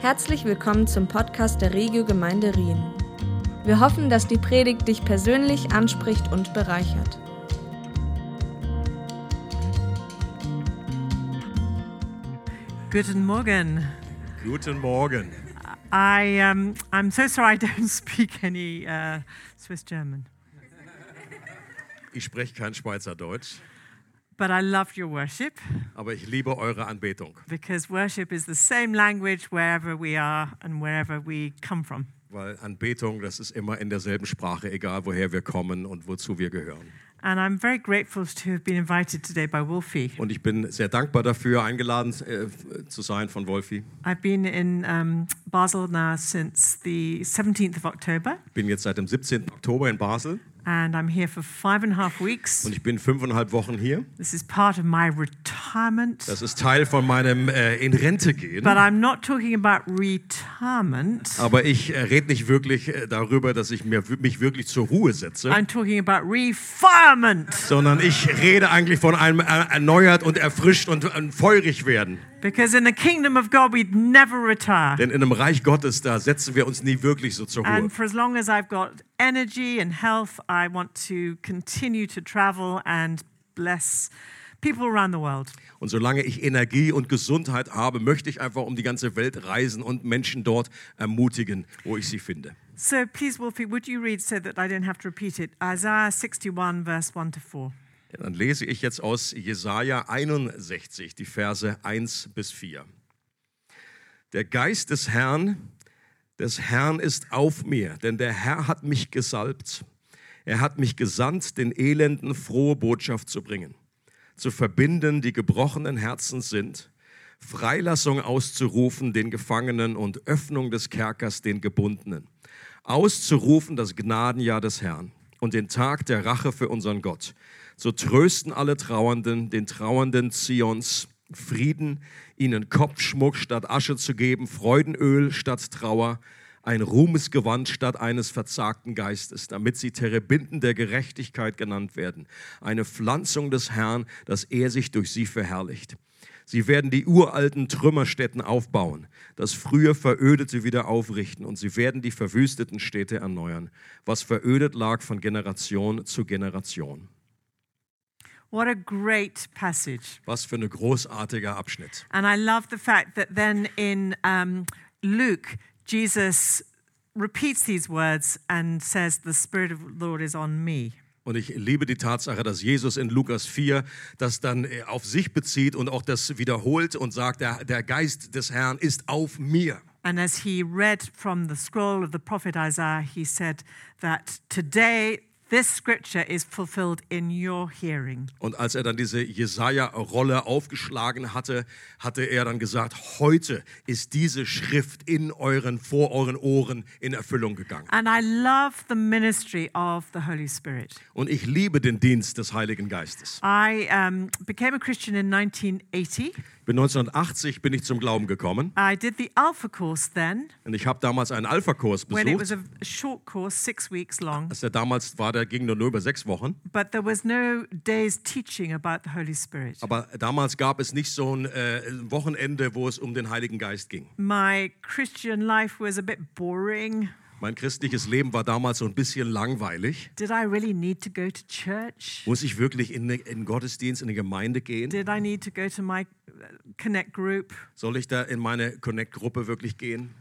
Herzlich willkommen zum Podcast der Regio Gemeinde Rien. Wir hoffen, dass die Predigt dich persönlich anspricht und bereichert. Guten Morgen. Guten Morgen. I um, I'm so sorry I don't speak any uh, Swiss German, Ich spreche kein Schweizerdeutsch, but I love your worship aber ich liebe eure Anbetung, because worship is the same language wherever we are and wherever we come from. weil Anbetung, das ist immer in derselben Sprache, egal woher wir kommen und wozu wir gehören. And I'm very grateful to have been invited today by Wolfie. Und ich bin sehr dankbar dafür, eingeladen äh, zu sein von Wolfi. I've been in um, Basel now since the 17th of October, Bin jetzt seit dem 17. Oktober in Basel and I'm here for five and a half weeks. und ich bin fünfeinhalb Wochen hier. This is part of my retirement. Das ist Teil von meinem äh, in Rente gehen. But I'm not talking about retirement. Aber ich äh, rede nicht wirklich äh, darüber, dass ich mir, mich wirklich zur Ruhe setze, I'm talking about refirement sondern ich rede eigentlich von einem äh, erneuert und erfrischt und äh, feurig werden. because in the kingdom of God we'd never retire. Denn in dem Reich Gottes, da setzen wir uns nie wirklich so zur Ruhe. And for as long as I've got energy and health, I want to continue to travel and bless people around the world. Und solange ich Energie und Gesundheit habe, möchte ich einfach um die ganze Welt reisen und Menschen dort ermutigen, wo ich sie finde. So please, Wolfie, would you read so that I don't have to repeat it? Isaiah 61, verse 1 to 4. Ja, Dann lese ich jetzt aus Jesaja 61, die Verse 1 bis 4. Der Geist des Herrn, des Herrn ist auf mir, denn der Herr hat mich gesalbt. Er hat mich gesandt, den Elenden frohe Botschaft zu bringen, zu verbinden, die gebrochenen Herzen sind, Freilassung auszurufen den Gefangenen und Öffnung des Kerkers den Gebundenen, auszurufen das Gnadenjahr des Herrn und den Tag der Rache für unseren Gott, zu trösten alle Trauernden, den Trauernden Zions, Frieden, ihnen Kopfschmuck statt Asche zu geben, Freudenöl statt Trauer, ein Ruhmesgewand statt eines verzagten Geistes, damit sie Terebinden der Gerechtigkeit genannt werden, eine Pflanzung des Herrn, dass er sich durch sie verherrlicht. Sie werden die uralten Trümmerstätten aufbauen, das früher Verödete wieder aufrichten und sie werden die verwüsteten Städte erneuern, was verödet lag von Generation zu Generation. What a great passage. Was für ein großartiger Abschnitt. And I love the fact that then in um, Luke, Jesus repeats these words and says, The Spirit of the Lord is on me. Und ich liebe die Tatsache, dass Jesus in Lukas 4 das dann äh, auf sich bezieht und auch das wiederholt und sagt, der, der Geist des Herrn ist auf mir. And as he read from the scroll of the prophet Isaiah, he said that today this scripture is fulfilled in your hearing. Und als er dann diese Jesaja-Rolle aufgeschlagen hatte, hatte er dann gesagt: Heute ist diese Schrift in euren, vor euren Ohren in Erfüllung gegangen. And I love the ministry of the Holy Spirit. Und ich liebe den Dienst des Heiligen Geistes. I um, became a Christian in 1980. Bin 1980 bin ich zum Glauben gekommen I did the Alpha course then, und ich habe damals einen Alpha-Kurs when it was besucht. a short course, six weeks long. Als der damals war, der ging nur über sechs Wochen. But there was no day's teaching about the Holy Spirit. Aber damals gab es nicht so ein äh, Wochenende, wo es um den Heiligen Geist ging. My Christian life was a bit boring. Mein christliches Leben war damals so ein bisschen langweilig. Did I really need to go to church? Muss ich wirklich in den in den Gottesdienst, in die Gemeinde gehen? Did I need to go to my uh, Connect group? Soll ich da in meine Connect-Gruppe wirklich gehen?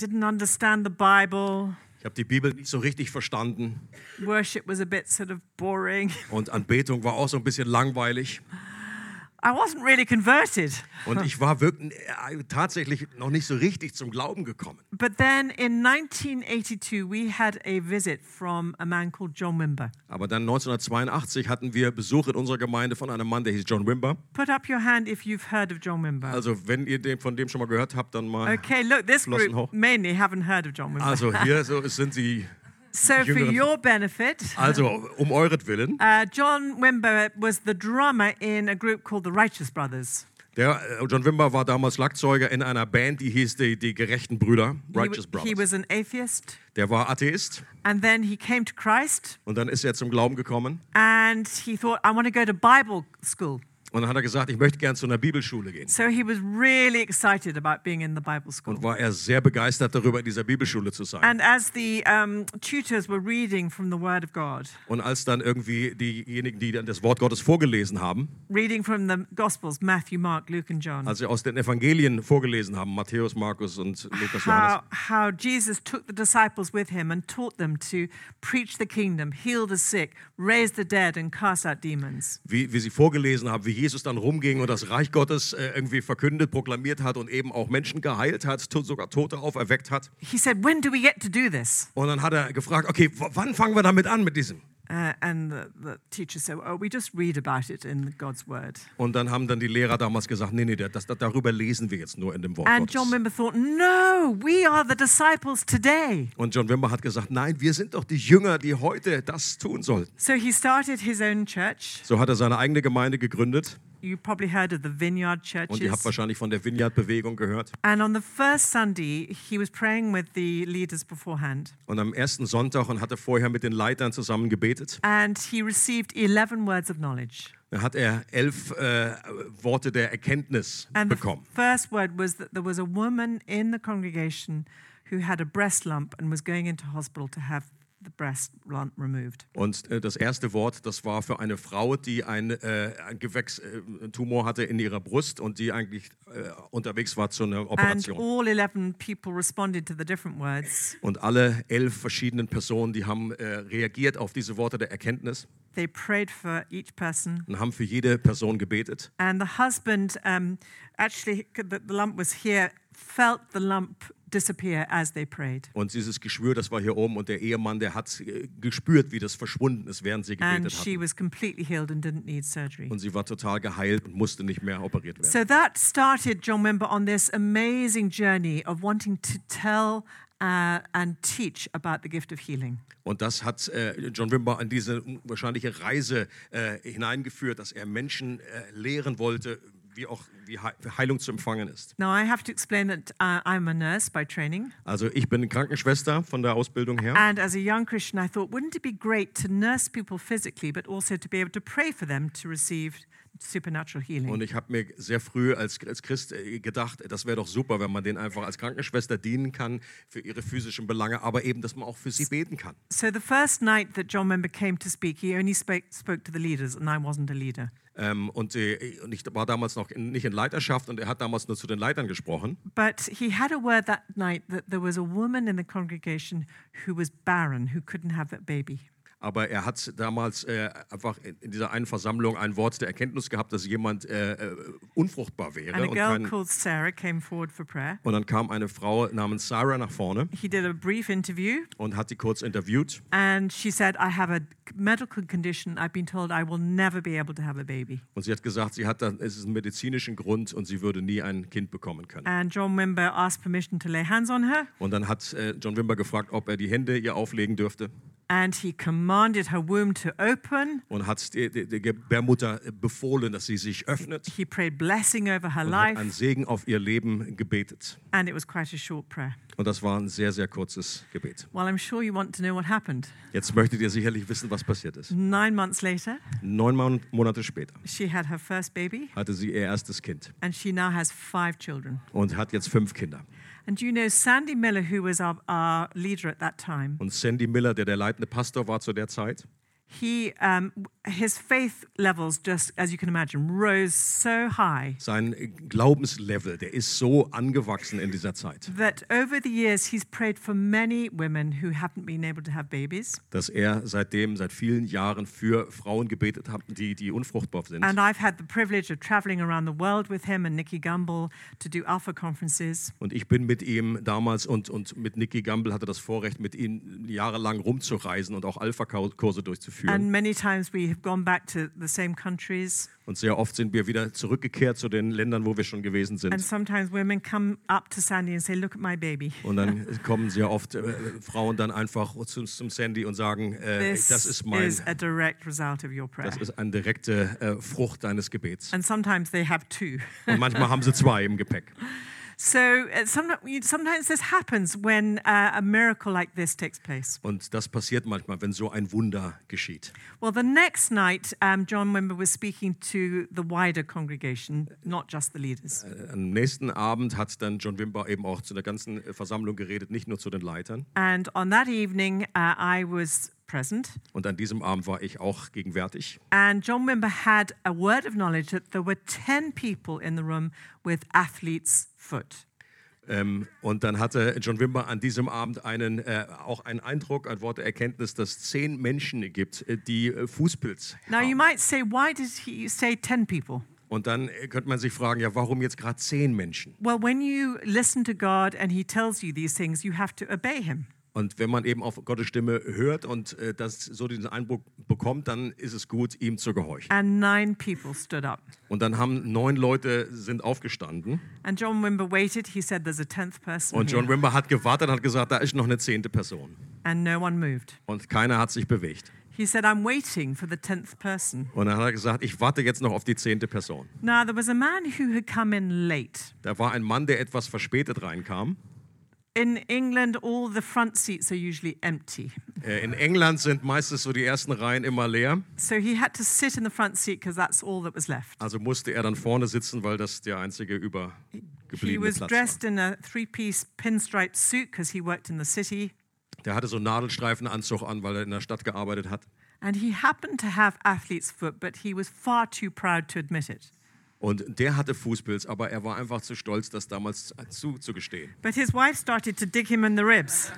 Didn't understand the Bible. Ich habe die Bibel nicht so richtig verstanden Worship was a bit sort of boring. und Anbetung war auch so ein bisschen langweilig. I wasn't really converted. Und ich war wirklich, äh, tatsächlich noch nicht so richtig zum Glauben gekommen. But then in 1982, we had a visit from a man called John Wimber. Aber dann 1982 hatten wir Besuch in unserer Gemeinde von einem Mann, der hieß John Wimber. Put up your hand if you've heard of John Wimber. Also wenn ihr den, von dem schon mal gehört habt, dann mal. Okay, look, this Flossen group hoch. mainly haven't heard of John Wimber. Also hier so sind sie. So, for Jüngeren- your benefit, Also um euretwillen. Uh, John Wimber was the drummer in a group called the Righteous Brothers. Der äh, John Wimber war damals Schlagzeuger in einer Band, die hieß die, die gerechten Brüder, He wa- Righteous He was Brothers. an atheist, Der war Atheist and then he came to Christ, und dann ist er zum Glauben gekommen. and he thought, "I want to go to Bible school." Und dann hat er gesagt, ich möchte gern zu einer Bibelschule gehen. So he was really excited about being in the Bible school. Und war er sehr begeistert darüber, in dieser Bibelschule zu sein. And as the um, tutors were reading from the Word of God, Und als dann irgendwie diejenigen, die dann das Wort Gottes vorgelesen haben, reading from the Gospels, Matthew, Mark, Luke, and John, als sie aus den Evangelien vorgelesen haben, Matthäus, Markus und Lukas, Johannes, how, how Jesus took the disciples with him and taught them to preach the kingdom, heal the sick, raise the dead, and cast out demons. wie, wie sie vorgelesen haben, wie Jesus dann rumging und das Reich Gottes äh, irgendwie verkündet, proklamiert hat und eben auch Menschen geheilt hat, to sogar Tote auferweckt hat. He said, When do we get to do this? Und dann hat er gefragt, okay, w- wann fangen wir damit an mit diesem? Uh, and the, the teacher said, Oh, we just read about it in God's Word. Und dann haben dann die Lehrer damals gesagt, nee, nee, das, das, darüber lesen wir jetzt nur in dem Wort And John Gottes. Wimber thought, No, we are the disciples today. Und John Wimber hat gesagt, nein, wir sind doch die Jünger, die heute das tun sollten. So he started his own church. So hat er seine eigene Gemeinde gegründet You probably heard of the Vineyard und ihr habt churches. wahrscheinlich von der Vineyard-Bewegung gehört. And on the first Sunday, he was praying with the leaders beforehand. Und am ersten Sonntag und hatte vorher mit den Leitern zusammen gebetet. And he received 11 words of knowledge. Da hat er elf äh, Worte der Erkenntnis And the bekommen. first word was that there was a woman in the congregation who had a breast lump and was going into hospital to have the breast lump removed. Und äh, das erste Wort, das war für eine Frau, die ein, äh, ein Gewächstumor äh, Tumor hatte in ihrer Brust und die eigentlich äh, unterwegs war zu einer And Operation. all 11 people responded to the different words. Und alle elf verschiedenen Personen, die haben äh, reagiert auf diese Worte der Erkenntnis They prayed for each person. und haben für jede Person gebetet. And the husband, um, actually, the, the lump was here, felt the lump disappear as they prayed. Und dieses Geschwür, das war hier oben und der Ehemann, der hat äh, gespürt, wie das verschwunden ist, während sie And gebetet she hatten. was completely healed and didn't need surgery. Und sie war total geheilt und musste nicht mehr operiert werden. So that started John Wimber on this amazing journey of wanting to tell uh, and teach about the gift of healing. Und das hat äh, John Wimber an diese unwahrscheinliche Reise äh, hineingeführt, dass er Menschen äh, lehren wollte, wie auch wie He Heilung zu empfangen ist. Now, I have to explain that uh, I'm a nurse by training. Also ich bin Krankenschwester von der Ausbildung her. And as a young Christian, I thought, wouldn't it be great to nurse people physically, but also to be able to pray for them to receive supernatural healing? Und ich habe mir sehr früh als, als Christ äh, gedacht, das wäre doch super, wenn man denen einfach als Krankenschwester dienen kann für ihre physischen Belange, aber eben, dass man auch für sie beten kann. So the first night that John Member came to speak, he only spoke, spoke to the leaders, and I wasn't a leader. Ähm, und, äh, und ich war damals noch in, nicht in Leiterschaft und er hat damals nur zu den Leitern gesprochen. But he had a word that night that there was a woman in the congregation who was barren, who couldn't have that baby. Aber er hat damals äh, einfach in dieser einen Versammlung ein Wort der Erkenntnis gehabt, dass jemand äh, äh, unfruchtbar And wäre. a Und, girl kein, called Sarah came forward for prayer. und dann kam eine Frau namens Sarah nach vorne He did a brief interview, und hat die kurz interviewt. and she said, I have a medical condition. I've been told I will never be able to have a baby. Und sie hat gesagt, sie hat dann, es ist einen medizinischen Grund und sie würde nie ein Kind bekommen können. And John Wimber asked permission to lay hands on her, Und dann hat äh, John Wimber gefragt, ob er die Hände ihr auflegen dürfte and he commanded her womb to open. und hat der, der, der Gebärmutter befohlen, dass sie sich öffnet He prayed blessing over her und hat einen life, Segen auf ihr Leben gebetet. and it was quite a short prayer. Und das war ein sehr, sehr kurzes Gebet. Well, I'm sure you want to know what happened. Jetzt möchtet ihr sicherlich wissen, was passiert ist. Nine months later, Neun Mon- Monate später she had her first baby, hatte sie ihr erstes Kind and she now has five children. und hat jetzt fünf Kinder. And you know, Sandy Miller, who was our, our leader at that time, Und Sandy Miller, der der leitende Pastor war zu der Zeit, he um, his faith levels just as you can imagine rose so high sein Glaubenslevel, der ist so angewachsen in dieser Zeit, that over the years he's prayed for many women who haven't been able to have babies dass er seitdem, seit vielen Jahren für Frauen gebetet hat, die, die unfruchtbar sind. and i've had the privilege of traveling around the world with him and nikki gumbel to do alpha conferences Und ich bin mit ihm damals und, und mit Nikki Gamble hatte das Vorrecht, mit ihm jahrelang rumzureisen und auch Alpha-Kurse durchzuführen. and many times we have gone back to the same countries Und sehr oft sind wir wieder zurückgekehrt zu den Ländern, wo wir schon gewesen sind. and sometimes women come up to sandy and say look at my baby Und dann kommen sehr oft äh, Frauen dann einfach zum, zum Sandy und sagen, äh, this das ist mein, is a direct result of your prayer das ist eine direkte äh, Frucht deines Gebets. and sometimes they have two Und manchmal haben sie zwei im Gepäck. So uh, sometimes, sometimes this happens when uh, a miracle like this takes place. Und das passiert manchmal, wenn so ein Wunder geschieht. Well, the next night, um, John Wimber was speaking to the wider congregation, not just the leaders. Am nächsten Abend hat dann John Wimber eben auch zu der ganzen äh, Versammlung geredet, nicht nur zu den Leitern. And on that evening, uh, I was present. Und an diesem Abend war ich auch gegenwärtig. And John Wimber had a word of knowledge that there were 10 people in the room with athlete's foot. Ähm, und dann hatte John Wimber an diesem Abend einen, äh, auch einen Eindruck, ein Wort der Erkenntnis, dass es zehn Menschen gibt, äh, die äh, Fußpilz Now, you haben. might say, why did he say 10 people? Und dann äh, könnte man sich fragen, ja, warum jetzt gerade zehn Menschen? Well, when you listen to God and he tells you these things, you have to obey him. Und wenn man eben auf Gottes Stimme hört und äh, das, so diesen Eindruck bekommt, dann ist es gut, ihm zu gehorchen. And nine people stood up. Und dann haben neun Leute sind aufgestanden And John Wimber waited. He said, there's a 10th person. und John here. Wimber hat gewartet und hat gesagt, da ist noch eine zehnte Person. And no one moved. Und keiner hat sich bewegt. He said, I'm waiting for the 10th person. Und dann hat er gesagt, ich warte jetzt noch auf die zehnte Person. Now, there was a man who had come in late. Da war ein Mann, der etwas verspätet reinkam. In England, all the front seats are usually empty. Äh, In England sind meistens so die ersten Reihen immer leer. So he had to sit in the front seat because that's all that was left. Also musste er dann vorne sitzen, weil das der einzige He übergebliebene was Platz war. dressed in a three piece pinstripe suit because he worked in the city. Der hatte so einen Nadelstreifenanzug an, weil er in der Stadt gearbeitet hat. And he happened to have athlete's foot, but he was far too proud to admit it. Und der hatte Fußpilz, aber er war einfach zu stolz, das damals zuzugestehen. But his wife started to dig him in the ribs.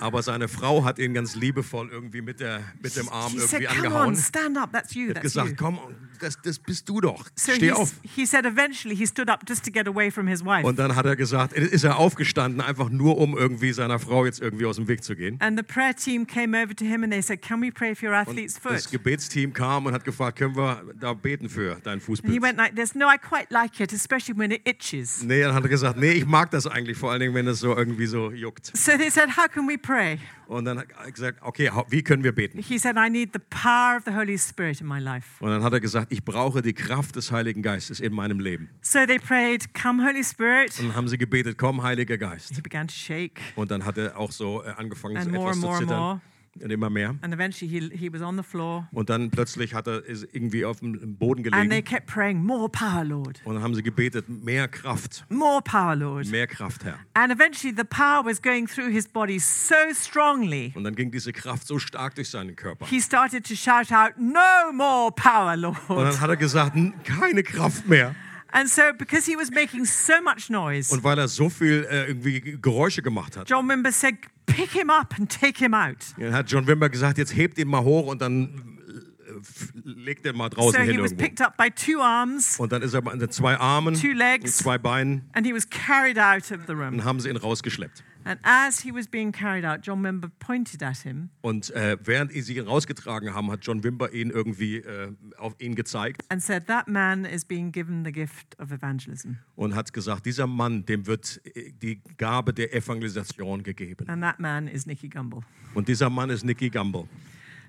Aber seine Frau hat ihn ganz liebevoll irgendwie mit, der, mit dem Arm She said, irgendwie Come on, angehauen. stand up. That's you. Er hat That's gesagt, you. komm, das, das bist du doch, So steh he's- auf. he said eventually he stood up just to get away from his wife. Und dann hat er gesagt, ist er aufgestanden, einfach nur um irgendwie seiner Frau jetzt irgendwie aus dem Weg zu gehen. And the prayer team came over to him and they said, Can we pray for your athlete's foot? Das Gebetsteam kam und hat gefragt, können wir da beten für deinen And he Fußpilz? went like this No, I quite like it, especially when it itches. Nee, dann hat er gesagt, nee, ich mag das eigentlich, vor allen Dingen, wenn es so irgendwie so juckt. So they said, How can we pray? Und dann hat er gesagt, okay, hau- wie können wir beten? He said, I need the power of the Holy Spirit in my life. Und dann hat er gesagt, ich brauche die Kraft des Heiligen Geistes in meinem Leben. So they prayed, Come, Holy Spirit. Und dann haben sie gebetet, komm, Heiliger Geist. He began to shake. Und dann hat er auch so äh, angefangen, And so more, etwas zu more, zittern. more. Und immer mehr. And eventually he, he was on the floor. Und dann plötzlich hat er ist irgendwie auf dem Boden And they gelegen. kept praying, More power, Lord. Und dann haben sie gebetet, mehr Kraft, More power, Lord. mehr Kraft, Herr. And eventually the power was going through his body so strongly, Und dann ging diese Kraft so stark durch seinen Körper. he started to shout out, No more power, Und Lord. dann hat er gesagt, "N- keine Kraft mehr. And so, because he was making so much noise, Und weil er so viel äh, irgendwie Geräusche gemacht hat, John Wimber said, Pick him up and take him out. dann hat John Wimber gesagt, jetzt hebt ihn mal hoch und dann äh, f- legt den mal draußen So hin he was irgendwo. picked up by two arms Und dann ist er mal an zwei Armen, Two legs. zwei Beinen, and he was carried out of the room. dann haben sie ihn rausgeschleppt. And as he was being carried out, John Wimber pointed at him Und äh, während sie ihn rausgetragen haben, hat John Wimber ihn irgendwie äh, auf ihn gezeigt and said, That man is being given the gift of evangelism. und hat gesagt, dieser Mann, dem wird äh, die Gabe der Evangelisation gegeben. And that man is Nicky Gumbel. Und dieser Mann ist Nicky Gamble.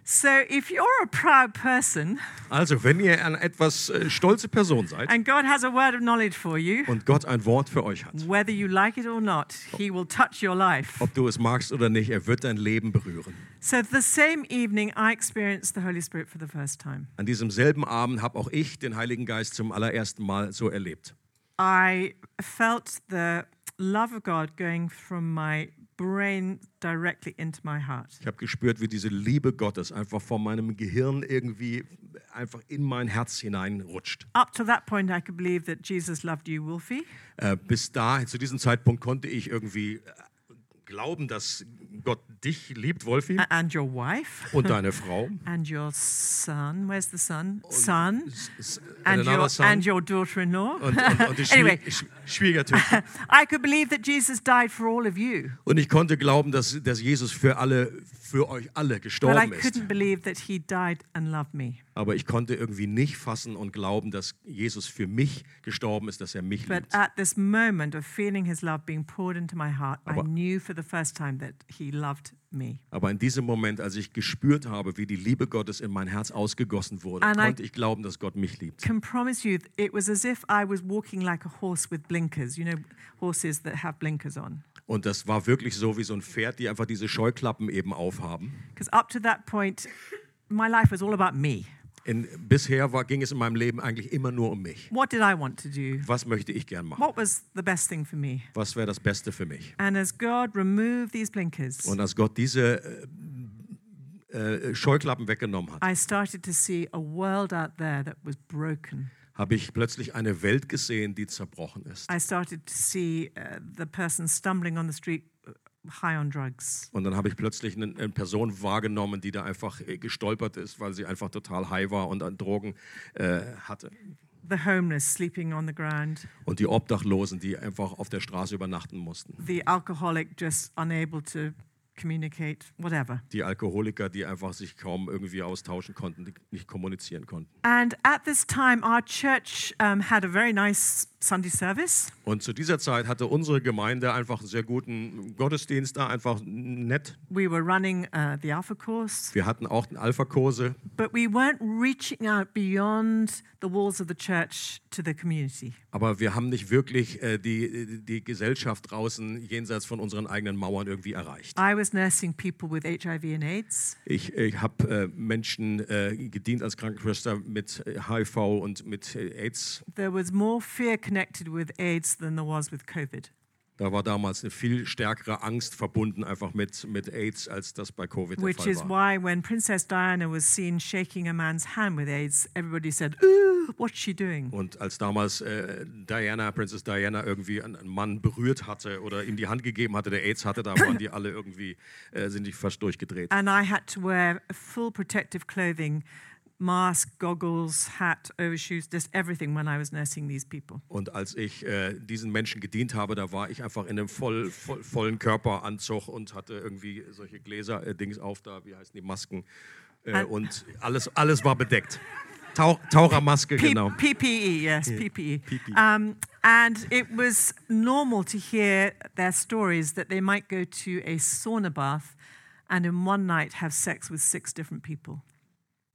So if you're a proud person Also, wenn ihr eine etwas äh, stolze Person seid and God has a word of knowledge for you, und Gott ein Wort für euch hat, whether you like it or not, he will touch your life. ob du es magst oder nicht, er wird dein Leben berühren. So the same evening, I experienced the Holy Spirit for the first time. An diesem selben Abend habe auch ich den Heiligen Geist zum allerersten Mal so erlebt. I felt the love of God going from my brain directly into my heart. Ich habe gespürt, wie diese Liebe Gottes einfach von meinem Gehirn irgendwie einfach in mein Herz hineinrutscht. Up to that point, I could believe that Jesus loved you, Wolfie. Äh, bis da, zu diesem Zeitpunkt konnte ich irgendwie äh, glauben, dass Gott dich liebt, Wolfi, A- and your wife und deine Frau. Ah. and your son. Where's the son? Son. Oh, S- And another your, son Oh. and your daughter-in-law. und, und, und die Schwie anyway, Sch Schwiegertöchter. I could believe that Jesus died for all of you, Und ich konnte glauben, dass, dass Jesus für alle, für euch alle but I gestorben ist. couldn't believe that he died and loved me. aber ich konnte irgendwie nicht fassen und glauben, dass Jesus für mich gestorben ist, dass er mich But liebt. at this moment of feeling his love being poured into my heart, I Aber- knew for the first time that he loved me. Aber in diesem Moment, als ich gespürt habe, wie die Liebe Gottes in mein Herz ausgegossen wurde, And I- konnte ich glauben, dass Gott mich liebt. Can promise you, it was as if I was walking like a horse with blinkers. You know, horses that have blinkers on. Und das war wirklich so wie so ein Pferd, die einfach diese Scheuklappen eben aufhaben. Because up to that point, my life was all about me. In, bisher war, ging es in meinem Leben eigentlich immer nur um mich. What did I want to do? Was möchte ich gern machen? What was the best thing for me? Was wäre das Beste für mich? And as God removed these blinkers, Und als Gott diese äh, äh, Scheuklappen weggenommen hat, I started to see a world out there that was broken. habe ich plötzlich eine Welt gesehen, die zerbrochen ist. I started to see uh, the person stumbling on the street uh, high on drugs. Und dann habe ich plötzlich eine, eine Person wahrgenommen, die da einfach äh, gestolpert ist, weil sie einfach total high war und an Drogen äh, hatte. The homeless sleeping on the ground. Und die Obdachlosen, die einfach auf der Straße übernachten mussten. The alcoholic just unable to communicate, whatever. Die Alkoholiker, die einfach sich kaum irgendwie austauschen konnten, die nicht kommunizieren konnten. And at this time, our church um, had a very nice Sunday service. Und zu dieser Zeit hatte unsere Gemeinde einfach einen sehr guten Gottesdienst da, einfach nett. We were running uh, the Alpha course, Wir hatten auch Alpha-Kurse, but we weren't reaching out beyond the walls of the church to the community. aber wir haben nicht wirklich äh, die, die Gesellschaft draußen jenseits von unseren eigenen Mauern irgendwie erreicht. I was nursing people with HIV and AIDS. Ich, ich habe äh, Menschen äh, gedient als Krankenschwester mit äh, HIV und mit äh, AIDS. There was more fear connected with AIDS than there was with COVID. Da war damals eine viel stärkere Angst verbunden einfach mit, mit AIDS, als das bei Covid der Which is Fall war. why when Princess Diana was seen shaking a man's hand with AIDS, everybody said, Ooh, what's she doing? Und als damals äh, Diana, Princess Diana, irgendwie einen einen Mann berührt hatte oder ihm die Hand gegeben hatte, der AIDS hatte, da waren die alle irgendwie, äh, sind die fast durchgedreht. And I had to wear full protective clothing, mask, goggles, hat, overshoes, just everything when I was nursing these people. Und als ich äh, diesen Menschen gedient habe, da war ich einfach in einem voll, voll, vollen Körperanzug und hatte irgendwie solche Gläser, äh, Dings auf da, wie heißen die Masken. Äh, und alles, alles war bedeckt. Tau Tauchermaske, P- genau. PPE, yes, PPE. Um, and it was normal to hear their stories that they might go to a sauna bath and in one night have sex with six different people.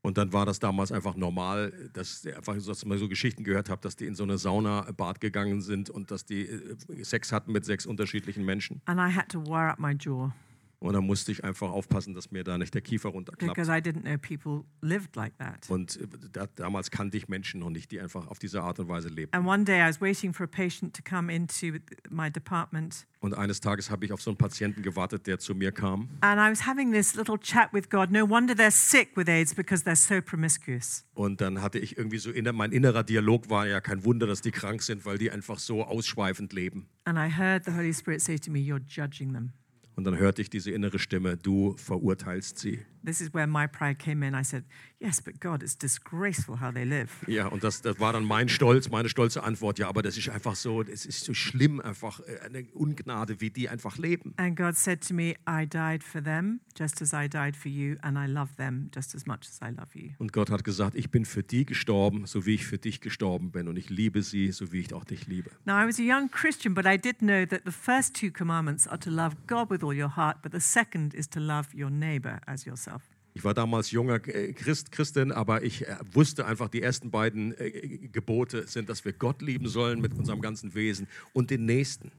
Und dann war das damals einfach normal, dass die einfach so- dass man so Geschichten gehört habe, dass die in so eine Sauna äh, Bad gegangen sind und dass die äh, Sex hatten mit sechs unterschiedlichen Menschen. And I had to wire up my jaw Und dann musste ich einfach aufpassen, dass mir da nicht der Kiefer runterklappt. because I didn't know people lived like that. Und äh, da, damals kannte ich Menschen noch nicht, die einfach auf diese Art und Weise lebten. And one day I was waiting for a patient to come into my department. Und eines Tages habe ich auf so einen Patienten gewartet, der zu mir kam. And I was having this little chat with God. No wonder they're sick with AIDS because they're so promiscuous. Und dann hatte ich irgendwie so, inner, mein innerer Dialog war ja kein Wunder, dass die krank sind, weil die einfach so ausschweifend leben. And I heard the Holy Spirit say to me, You're judging them. Und dann hörte ich diese innere Stimme, du verurteilst sie. This is where my pride came in. I said, Yes, but God, it's disgraceful how they live. Ja, und das, das war dann mein Stolz, meine stolze Antwort. Ja, aber das ist einfach so, es ist so schlimm, einfach äh, eine Ungnade, wie die einfach leben. And God said to me, I died for them just as I died for you, and I love them just as much as I love you. Und Gott hat gesagt, ich bin für die gestorben, so wie ich für dich gestorben bin. Und ich liebe sie, so wie ich auch dich liebe. Now, I was a young Christian, but I did know that the first two commandments are to love God with all your heart, but the second is to love your neighbor as yourself. Ich war damals junger äh, Christ, Christin, aber ich äh, wusste einfach, die ersten beiden äh, Gebote sind, dass wir Gott lieben sollen mit unserem ganzen Wesen und den Nächsten.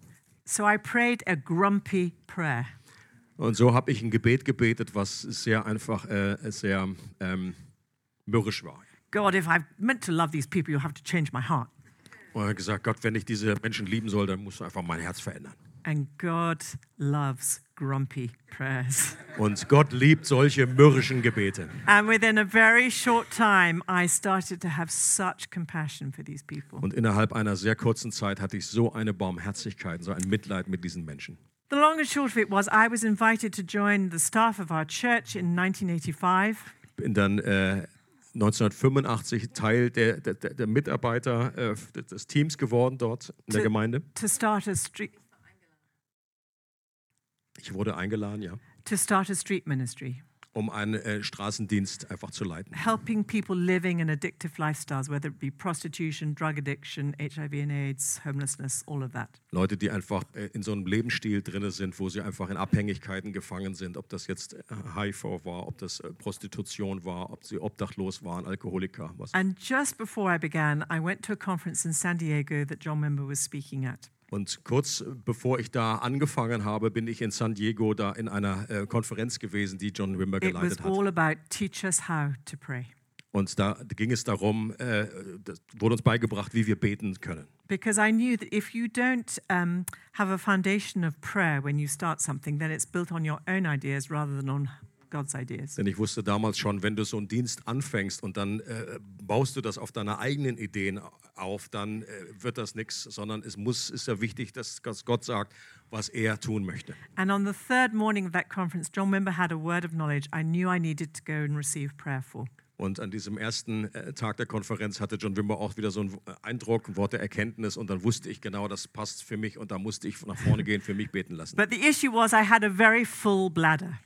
So I prayed a grumpy prayer. Und so habe ich ein Gebet gebetet, was sehr einfach, äh, sehr ähm, mürrisch war. God, if I've meant to love these people, you'll have to change my heart. Und er hat gesagt, Gott, wenn ich diese Menschen lieben soll, dann musst du einfach mein Herz verändern. And God loves grumpy prayers. Und Gott liebt solche mürrischen Gebete. And within a very short time, I started to have such compassion for these people. Und innerhalb einer sehr kurzen Zeit hatte ich so eine Barmherzigkeit, so ein Mitleid mit diesen Menschen. The long and short of it was, I was invited to join the staff of our church in 1985. bin dann äh, 1985 Teil der, der, der der Mitarbeiter äh, f- des Teams geworden dort in der Zu- Gemeinde. to start a street Ich wurde eingeladen, ja. to start a street ministry. um einen äh, Straßendienst einfach zu leiten. helping people living in addictive lifestyles, whether it be prostitution, drug addiction, HIV and AIDS, homelessness, all of that. Leute, die einfach äh, in so einem Lebensstil drin sind, wo sie einfach in Abhängigkeiten gefangen sind, ob das jetzt äh, HIV war, ob das äh, Prostitution war, ob sie obdachlos waren, Alkoholiker, was. And just before I began, I went to a conference in San Diego that John Member was speaking at. Und kurz bevor ich da angefangen habe, bin ich in San Diego da in einer äh, Konferenz gewesen, die John Wimber It was geleitet hat. all about teach us how to pray. Und da ging es darum, äh, das wurde uns beigebracht, wie wir beten können. Because I knew that if you don't um, have a foundation of prayer when you start something, then it's built on your own ideas rather than on God's ideas. Denn ich wusste damals schon, wenn du so einen Dienst anfängst und dann äh, baust du das auf deine eigenen Ideen auf, dann äh, wird das nichts, sondern es muss, ist ja wichtig, dass dass Gott sagt, was er tun möchte. And on the third morning of that conference, John Wimber had a word of knowledge I knew I needed to go and receive prayer for. Und an diesem ersten äh, Tag der Konferenz hatte John Wimber auch wieder so einen äh, Eindruck, ein Wort der Erkenntnis und dann wusste ich genau, das passt für mich und da musste ich nach vorne gehen, für mich beten lassen. But the issue was I had a very full bladder.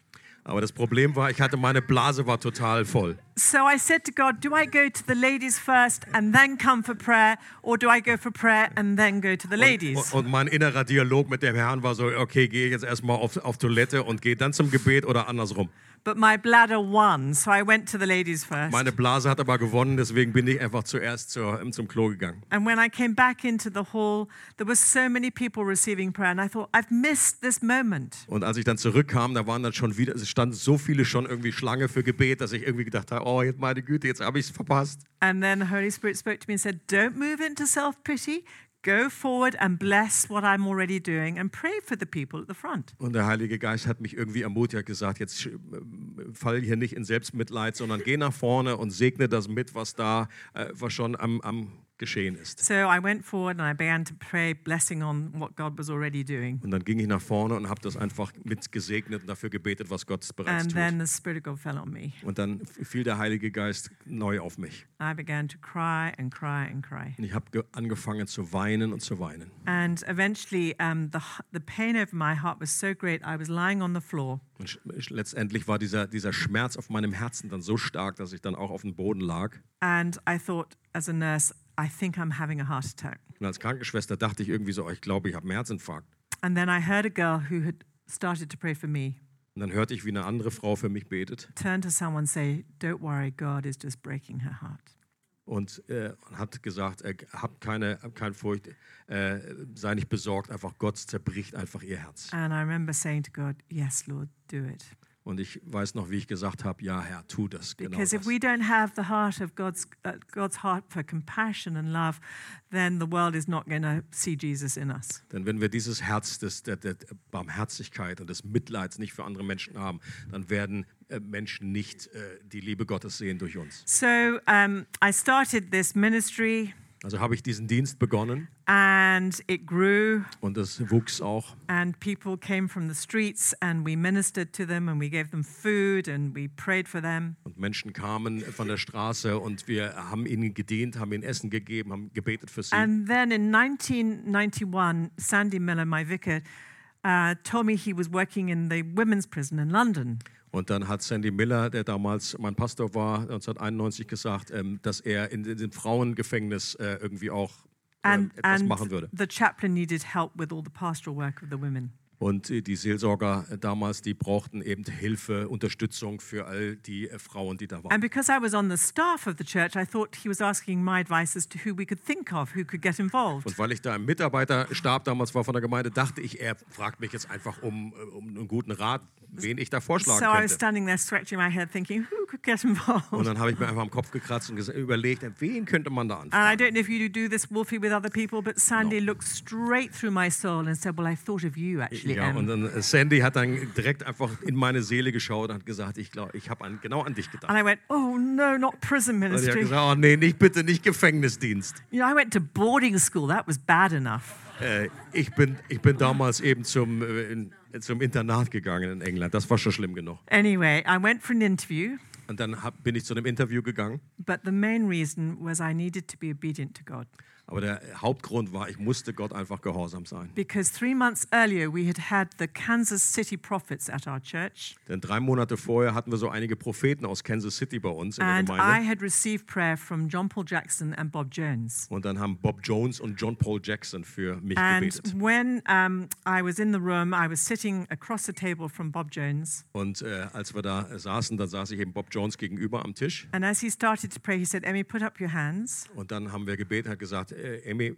Aber das Problem war, ich hatte meine Blase war total voll. So I said to God, Do I go to the ladies first and then come for prayer, or do I go for prayer and then go to the ladies? Und, und mein innerer Dialog mit dem Herrn war so, okay, gehe jetzt erstmal auf, auf Toilette und gehe dann zum Gebet oder andersrum. But my bladder won, so I went to the ladies first. Meine Blase hat aber gewonnen, deswegen bin ich einfach zuerst zur, ähm, zum Klo gegangen. And when I came back into the hall, there were so many people receiving prayer, and I thought, I've missed this moment. Und als ich dann zurückkam, da waren dann schon wieder, es standen so viele schon irgendwie Schlange für Gebet, dass ich irgendwie gedacht habe, oh, jetzt meine Güte, jetzt habe ich es verpasst. And then the Holy Spirit spoke to me and said, Don't move into self pity. Go forward and bless what I'm already doing and pray for the people at the front. Und der Heilige Geist hat mich irgendwie ermutigt, hat gesagt, jetzt sch- ähm, fall hier nicht in Selbstmitleid, sondern geh nach vorne und segne das mit, was da äh, was schon am, am Geschehen ist. So I went forward and I began to pray, blessing on what God was already doing. Und dann ging ich nach vorne und habe das einfach mit gesegnet und dafür gebetet, was Gott bereits And tut. then the Spirit of God fell on me. und dann fiel der Heilige Geist neu auf mich. I began to cry and cry and cry. Und ich habe angefangen zu weinen und zu weinen. And eventually, um, the, h- the pain over my heart was so great, I was lying on the floor. Und sch- sch- letztendlich war dieser, dieser Schmerz auf meinem Herzen dann so stark, dass ich dann auch auf dem Boden lag. And I thought, as a nurse, I think I'm having a heart attack. Und als Krankenschwester dachte ich irgendwie so, oh, ich glaube, ich habe einen Herzinfarkt. And then I heard a girl who had started to pray for me Und dann hörte ich, wie eine andere Frau für mich betet turn to someone and say, Don't worry, God is just breaking her heart. und äh, und hat gesagt, äh, hab keine, hab keine Furcht, äh, sei nicht besorgt, einfach Gott zerbricht einfach ihr Herz. And I remember saying to God, Yes, Lord, do it. Und ich weiß noch, wie ich gesagt habe, ja Herr, tu das, genau Because das. if we don't have the heart of God's, uh, God's heart for compassion and love, then the world is not going to see Jesus in us. Denn wenn wir dieses Herz des, der, der Barmherzigkeit und des Mitleids nicht für andere Menschen haben, dann werden äh, Menschen nicht äh, die Liebe Gottes sehen durch uns. So um, I started this ministry Also habe ich diesen Dienst begonnen and it grew, und es wuchs auch. and people came from the streets and we ministered to them and we gave them food and we prayed for them. Und Menschen kamen von der Straße und wir haben ihnen gedient, haben ihnen Essen gegeben, haben gebetet für sie. And then in 1991, Sandy Miller, my vicar, uh, told me he was working in the women's prison in London. Und dann hat Sandy Miller, der damals mein Pastor war, 1991 gesagt, ähm, dass er in dem Frauengefängnis äh, irgendwie auch ähm, And, etwas and machen würde. the chaplain needed help with all the pastoral work of the women. Und äh, die Seelsorger äh, damals, die brauchten eben Hilfe, Unterstützung für all die äh, Frauen, die da waren. And because I was on the staff of the church, I thought he was asking my advice as to who we could think of, who could get involved. Und weil ich da im Mitarbeiterstab damals war von der Gemeinde, dachte ich, er fragt mich jetzt einfach um, äh, um einen guten Rat, wen ich da vorschlagen So I was könnte. standing there stretching my head thinking, who could get Und involved? dann habe ich mir einfach am Kopf gekratzt und ges- überlegt, äh, wen könnte man da And I anfragen? don't know if you do this, Wolfie, with other people, but Sandy looked straight through my soul and said, Well, I thought of you actually. um," Ja, Em." und dann äh, Sandy hat dann direkt einfach in meine Seele geschaut und hat gesagt, ich glaube, ich habe an, genau an dich gedacht. And I went, oh no, not prison Und ich habe ministry. gesagt, oh nee, nicht bitte, nicht Gefängnisdienst. You know, I went to boarding school. That was bad enough. Äh, ich, bin, ich bin damals eben zum, äh, in, zum Internat gegangen in England. Das war schon schlimm genug. Anyway, I went for an interview, Und dann hab, bin ich zu einem Interview gegangen. but the main reason was I needed to be obedient to God. Aber der Hauptgrund war, ich musste Gott einfach gehorsam sein. Because three months earlier, we had had the Kansas City prophets at our church, Denn drei Monate vorher hatten wir so einige Propheten aus Kansas City bei uns in der and I Gemeinde. had received prayer from John Paul Jackson and Bob Jones. Und dann haben Bob Jones und John Paul Jackson für mich And gebetet. when um, I was in the room, I was sitting across the table from Bob Jones. Und äh, als wir da saßen, dann saß ich eben Bob Jones gegenüber am Tisch. And as he started to pray, he said, Emmy, put up your hands. Und dann haben wir gebetet, hat gesagt, äh, Emmy, äh,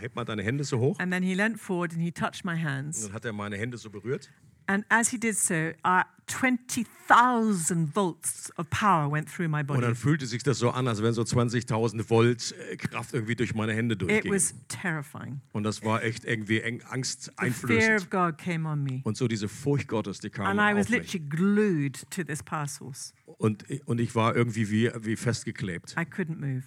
heb mal deine Hände so hoch. Und And then he leant forward and he touched my hands. dann hat er meine Hände so berührt. And as he did so, uh, 20,000 volts of power went through my Und dann body. fühlte sich das so an, als wären so 20.000 Volt äh, Kraft irgendwie durch meine Hände It durchgingen. was terrifying. Und das war echt irgendwie eng, The fear angsteinflößend. of God came on me. Und so diese Furcht Gottes, die kam And I auf was mich. literally glued to this power source. Und, und ich war irgendwie wie, wie festgeklebt. I couldn't move.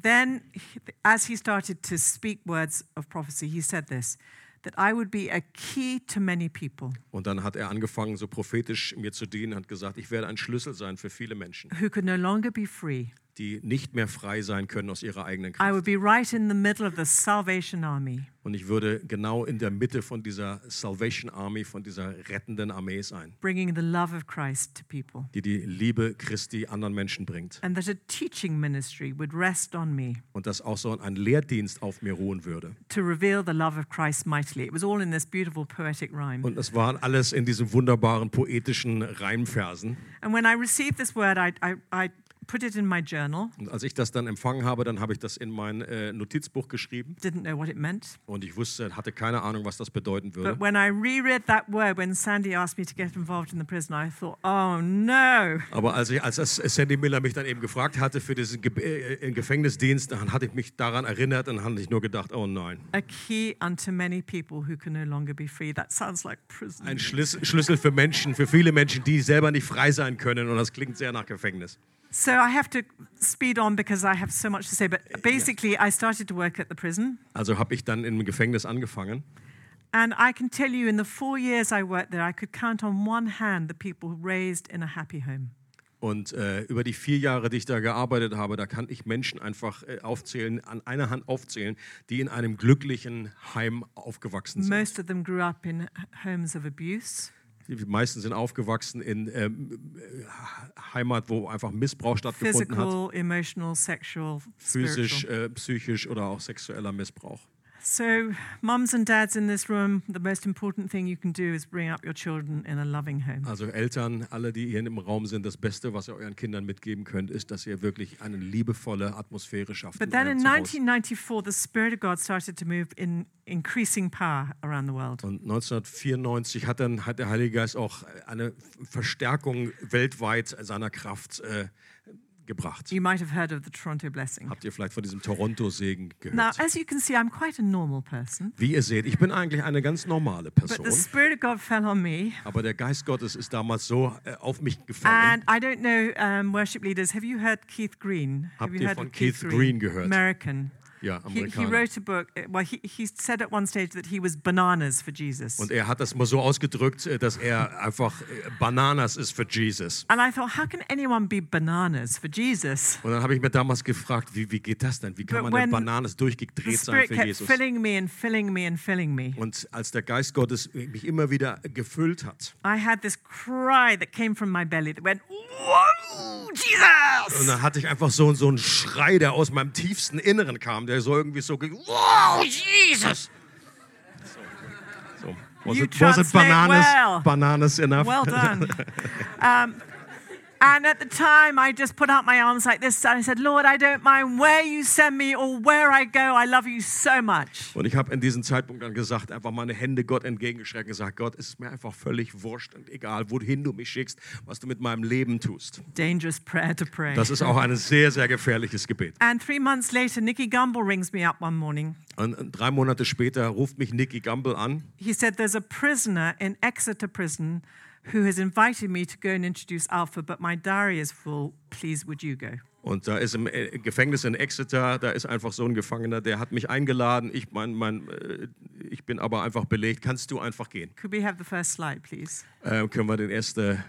Then, he- as he started to speak words of prophecy, he said this that I would be a key to many people Und dann hat er angefangen, so prophetisch mir zu dienen, hat gesagt, ich werde ein Schlüssel sein für viele Menschen, who could no longer be free. die nicht mehr frei sein können aus ihrer eigenen I Kraft. would be right in the middle of the Salvation Army. Und ich würde genau in der Mitte von dieser Salvation Army, von dieser rettenden Armee sein, bringing the love of Christ to people, die die Liebe Christi anderen Menschen bringt. and that a teaching ministry would rest on me Und dass auch so ein Lehrdienst auf mir ruhen würde. to reveal the love of Christ mightily. It was all in this beautiful poetic rhyme. Und das waren alles in diesen wunderbaren poetischen Reimversen. And when I received this word, I, I, I put it in my journal, Und als ich das dann empfangen habe, dann habe ich das in mein äh, Notizbuch geschrieben. didn't know what it meant. Und ich wusste, hatte keine Ahnung, was das bedeuten würde. But when I reread that word, when Sandy asked me to get involved in the prison, I thought, oh no. Aber als, ich, als das Sandy Miller mich dann eben gefragt hatte für diesen Ge äh, äh, Gefängnisdienst, dann hatte ich mich daran erinnert und habe ich nur gedacht, oh nein. A key unto many people who can no longer be free. That sounds like prison. Ein Schlüssel, Schlüssel für Menschen, für viele Menschen, die selber nicht frei sein können und das klingt sehr nach Gefängnis. So I have to speed on because I have so much to say. But basically, I started to work at the prison. Also habe ich dann im Gefängnis angefangen And I can tell you, in the four years I worked there, I could count on one hand the people raised in a happy home. und äh, über die vier Jahre, die ich da gearbeitet habe, da kann ich Menschen einfach äh, aufzählen, an einer Hand aufzählen, die in einem glücklichen Heim aufgewachsen sind. Most of them grew up in h- homes of abuse, Die meisten sind aufgewachsen in ähm, äh, Heimat, wo einfach Missbrauch stattgefunden hat. physical, emotional, sexual, physisch, spiritual. äh, psychisch oder auch sexueller Missbrauch. So, mums and dads in this room, the most important thing you can do is bring up your children in a loving home. Also Eltern, alle, die hier im Raum sind, das Beste, was ihr euren Kindern mitgeben könnt, ist, dass ihr wirklich eine liebevolle Atmosphäre schafft. But in then eurem in Zuhause. 1994, the Spirit of God started to move in increasing power around the world. Und 1994 hat dann hat der Heilige Geist auch eine Verstärkung weltweit seiner Kraft äh, gebracht. You might have heard of the Toronto Blessing. Habt ihr vielleicht von diesem Toronto-Segen Now, gehört? as you can see, I'm quite a normal person, Wie ihr seht, ich bin eigentlich eine ganz normale but the Person, Spirit of God fell on me. aber der Geist Gottes ist damals so äh, auf mich gefallen. And I don't know, um, worship leaders, have you heard Keith Green? Have Habt you ihr heard von of Keith Green gehört? American. Ja, He, he Amerikaner. wrote a book. uh, Well, he, he said at one stage that he was bananas for Jesus. Und er hat das mal so ausgedrückt, äh, dass er einfach äh, Bananas ist für Jesus. And I thought, how can anyone be bananas for Jesus? Und dann habe ich mir damals gefragt, wie, wie geht das denn? Wie kann But man denn when Bananas The durchgedreht sein Spirit für kept Jesus? filling me and filling me and filling me. Und als der Geist Gottes mich immer wieder gefüllt hat, I had this cry that came from my belly that went, Whoa, Jesus! und dann hatte ich einfach so, so einen Schrei, der aus meinem tiefsten Inneren kam, der so irgendwie so ging, wow, Jesus! So, so. Was You it, was it translate Bananas, well. Bananas enough? Well done. um, and at the time, I just put out my arms like this and I said, Lord, I don't mind where you send me or where I go. I love you so much. Und ich habe in diesem Zeitpunkt dann gesagt, einfach meine Hände Gott entgegengestreckt und gesagt, Gott, es ist mir einfach völlig wurscht und egal, wohin du mich schickst, was du mit meinem Leben tust. Dangerous prayer to pray. Das ist auch ein sehr, sehr gefährliches Gebet. and three months later, Nicky Gumbel rings me up one morning. Und und drei Monate später ruft mich Nicky Gamble an He said, There's a prisoner in Exeter Prison who has invited me to go and introduce Alpha, but my diary is full. Please, would you go? und da ist im äh, Gefängnis in Exeter, da ist einfach so ein Gefangener, der hat mich eingeladen, ich, mein, mein, äh, ich bin aber einfach belegt, kannst du einfach gehen. Could we have the first slide, please? Äh, können wir den ersten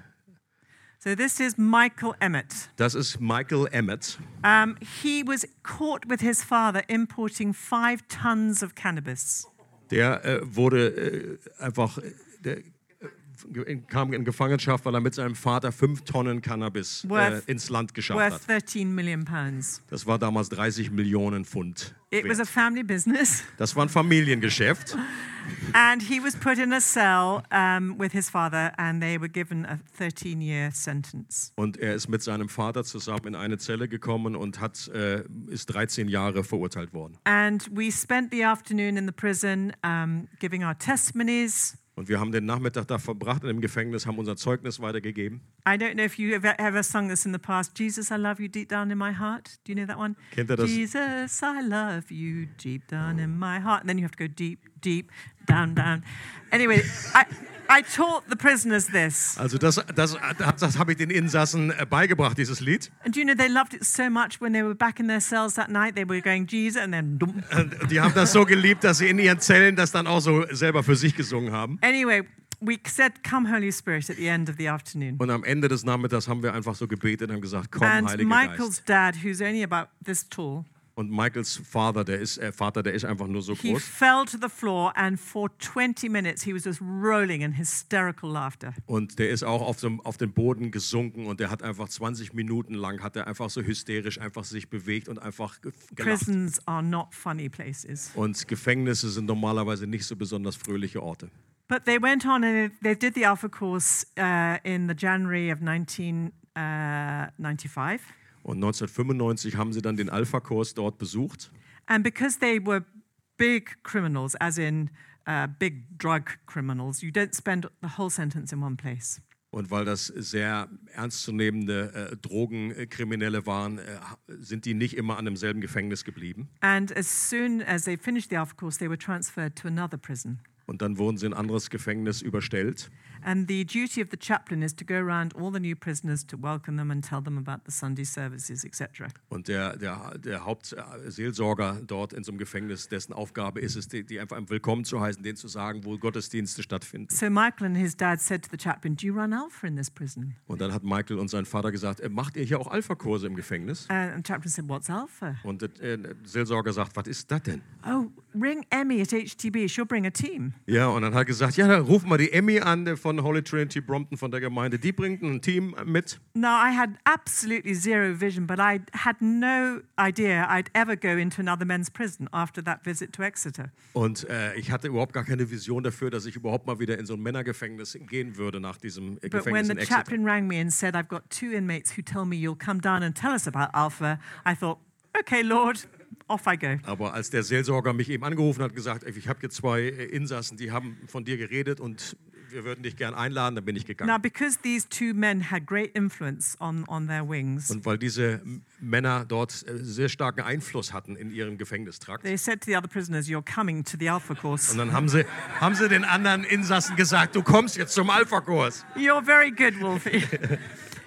So this is Michael Emmett. Das ist Michael Emmett. Um, he was caught with his father importing five tons of cannabis. Der äh, wurde äh, einfach, äh, der, äh, ge- kam in Gefangenschaft, weil er mit seinem Vater fünf Tonnen Cannabis äh, Worth- ins Land geschafft Worth hat. 13 million pounds. Das war damals 30 Millionen Pfund. It was a Wert. family business, Das war ein Familiengeschäft. and he was put in a cell um, with his father, and they were given a 13 year sentence. Und er ist mit seinem Vater zusammen in eine Zelle gekommen und hat, äh, ist 13 Jahre verurteilt worden. And we spent the afternoon in the prison um, giving our testimonies. Und wir haben den Nachmittag da verbracht in dem Gefängnis, haben unser Zeugnis weitergegeben. I don't know if you have ever sung this in the past. Jesus, I love you deep down in my heart. Do you know that one? Kennt ihr das? Jesus, I love you deep down in my heart. And then you have to go deep, deep, down, down. Anyway, I, I taught the prisoners this. Also das, das, das, das habe ich den Insassen äh, beigebracht, dieses Lied. And do you know they loved it so much when they were back in their cells that night? They were going, Jesus, and then. dum. Und die haben das so geliebt, dass sie in ihren Zellen das dann auch so selber für sich gesungen haben. Anyway, we said, Come, Holy Spirit, at the end of the afternoon. Und am Ende des Nachmittags haben wir einfach so gebetet und haben gesagt, komm, And Heiliger Michael's Geist. dad, who's only about this tall, Und Michaels Vater, der ist, äh, Vater, der ist einfach nur so He groß. fell to the floor, and for 20 minutes he was just rolling in hysterical laughter. Und der ist auch auf, dem, auf den Boden gesunken und der hat einfach 20 Minuten lang, hat er einfach so hysterisch einfach sich bewegt und einfach ge- gelacht. Prisons are not funny places. Und Gefängnisse sind normalerweise nicht so besonders fröhliche Orte. But they went on and they did the Alpha course uh, in the January of uh, 1995. Und 1995 haben sie dann den Alpha-Kurs dort besucht. And because they were big criminals, as in uh, big drug criminals, you don't spend the whole sentence in one place. Und weil das sehr ernstzunehmende äh, Drogenkriminelle waren, äh, sind die nicht immer an demselben Gefängnis geblieben. And as soon as they finished the Alpha course, they were transferred to another prison. Und dann wurden sie in ein anderes Gefängnis überstellt. And the duty of the chaplain is to go around all the new prisoners to welcome them and tell them about the Sunday services, etc. Und der, der, der Hauptseelsorger dort in so einem Gefängnis, dessen Aufgabe ist es, die, die einfach willkommen zu heißen, denen zu sagen, wo Gottesdienste stattfinden. So Michael and his dad said to the chaplain, Do you run Alpha in this prison? Und dann hat Michael und sein Vater gesagt, äh, macht ihr hier auch Alpha-Kurse im Gefängnis? Uh, And the chaplain said, What's Alpha? Und der äh, der Seelsorger sagt, was ist das denn? Oh, ring Emmy at HTB. She'll bring a team. Ja, und dann hat er gesagt, ja, dann ruf mal die Emmy an äh, von Holy Trinity Brompton von der Gemeinde. Die bringt ein Team äh, mit. Now, I had absolutely zero vision, but I had no idea I'd ever go into another men's prison after that visit to Exeter. Und äh, ich hatte überhaupt gar keine Vision dafür, dass ich überhaupt mal wieder in so ein Männergefängnis gehen würde nach diesem äh, But when Gefängnis the in Exeter. chaplain rang me and said, I've got two inmates who tell me you'll come down and tell us about Alpha, I thought, okay, Lord, off I go. Aber als der Seelsorger mich eben angerufen hat, gesagt, ey, ich habe hier zwei äh, Insassen, die haben von dir geredet und wir würden dich gern einladen, dann bin ich gegangen. Now, because these two men had great influence on, on their wings, Und weil diese M- Männer dort äh, sehr starken Einfluss hatten in ihrem Gefängnistrakt. they said to the other prisoners, You're coming to the Alpha course. Und dann haben sie, haben sie den anderen Insassen gesagt, du kommst jetzt zum Alpha-Kurs. You're very good, Wolfie.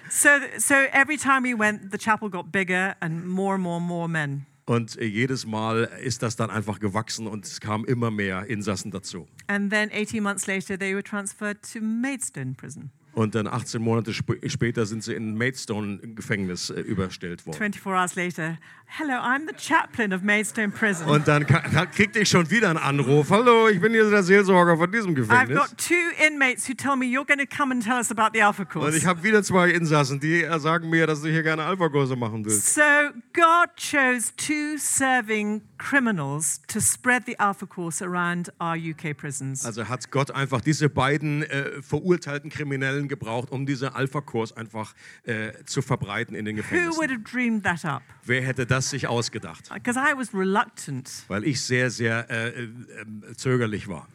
so, so every time we went, the chapel got bigger and more and more and more men. Und äh, jedes Mal ist das dann einfach gewachsen und es kamen immer mehr Insassen dazu. And then 18 months later, they were transferred to Maidstone Prison. Und dann 18 Monate sp später sind sie in Maidstone im Gefängnis äh, überstellt worden. 24 hours later, hello, I'm the chaplain of Maidstone Prison. Und dann ka- da kriegte ich schon wieder einen Anruf. Hallo, ich bin hier der Seelsorger von diesem I've Gefängnis. got two inmates who tell me you're going to come and tell us about the Alpha Und ich course. habe wieder zwei Insassen, die äh, sagen mir, dass du hier gerne Alpha-Kurse machen willst. So God chose two serving criminals to spread the Alpha course around our UK prisons. Also hat Gott einfach diese beiden äh, verurteilten Kriminellen gebraucht, um diesen Alpha-Kurs einfach äh, zu verbreiten in den Who would Gefängnissen. have dreamed that up? Wer hätte das sich ausgedacht? Because I was reluctant. Weil ich sehr, sehr äh, äh, ähm, zögerlich war.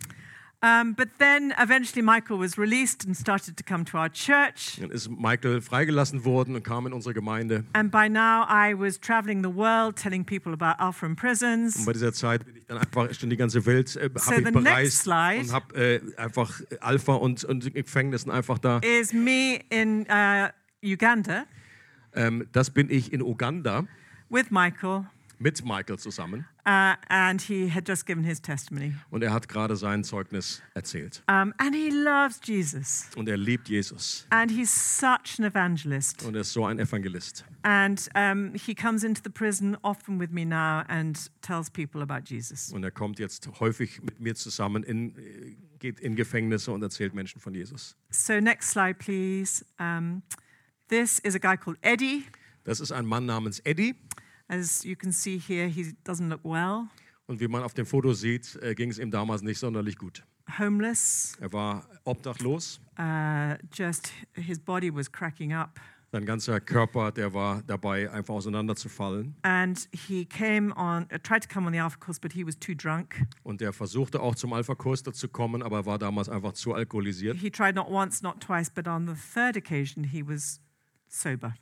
Um, but then eventually Michael was released and started to come to our church. Dann ist Michael freigelassen worden und kam in unsere Gemeinde. And by now I was traveling the world telling people about Alpha in prisons. Und bei dieser Zeit bin ich dann einfach schon die ganze Welt äh, hab So ich the next bereist slide. und habe äh, einfach Alpha und, und in Gefängnissen einfach da. Is me in uh, Uganda Ähm, das bin ich in Uganda with Michael mit Michael zusammen uh, and he had just given his testimony. und er hat gerade sein Zeugnis erzählt. Um, and he loves Jesus. Und er liebt Jesus And he's such an evangelist. und er ist so ein Evangelist. And um, he comes into the prison often with me now and tells people about Jesus. Und er kommt jetzt häufig mit mir zusammen, in, äh, geht in Gefängnisse und erzählt Menschen von Jesus. So, next slide, please. Um, this is a guy called Eddie. Das ist ein Mann namens Eddie. As you can see here, he doesn't look well, Und wie man auf dem Foto sieht, äh, ging es ihm damals nicht sonderlich gut. homeless, Er war obdachlos. uh, just his body was cracking up. Sein ganzer Körper, der war dabei, einfach auseinanderzufallen. And he came on, uh, tried to come on the Alpha course, but he was too drunk. Und er versuchte auch zum Alpha-Kurs zu kommen, aber war damals einfach zu alkoholisiert. He tried not once, not twice, but on the third occasion, he was sober.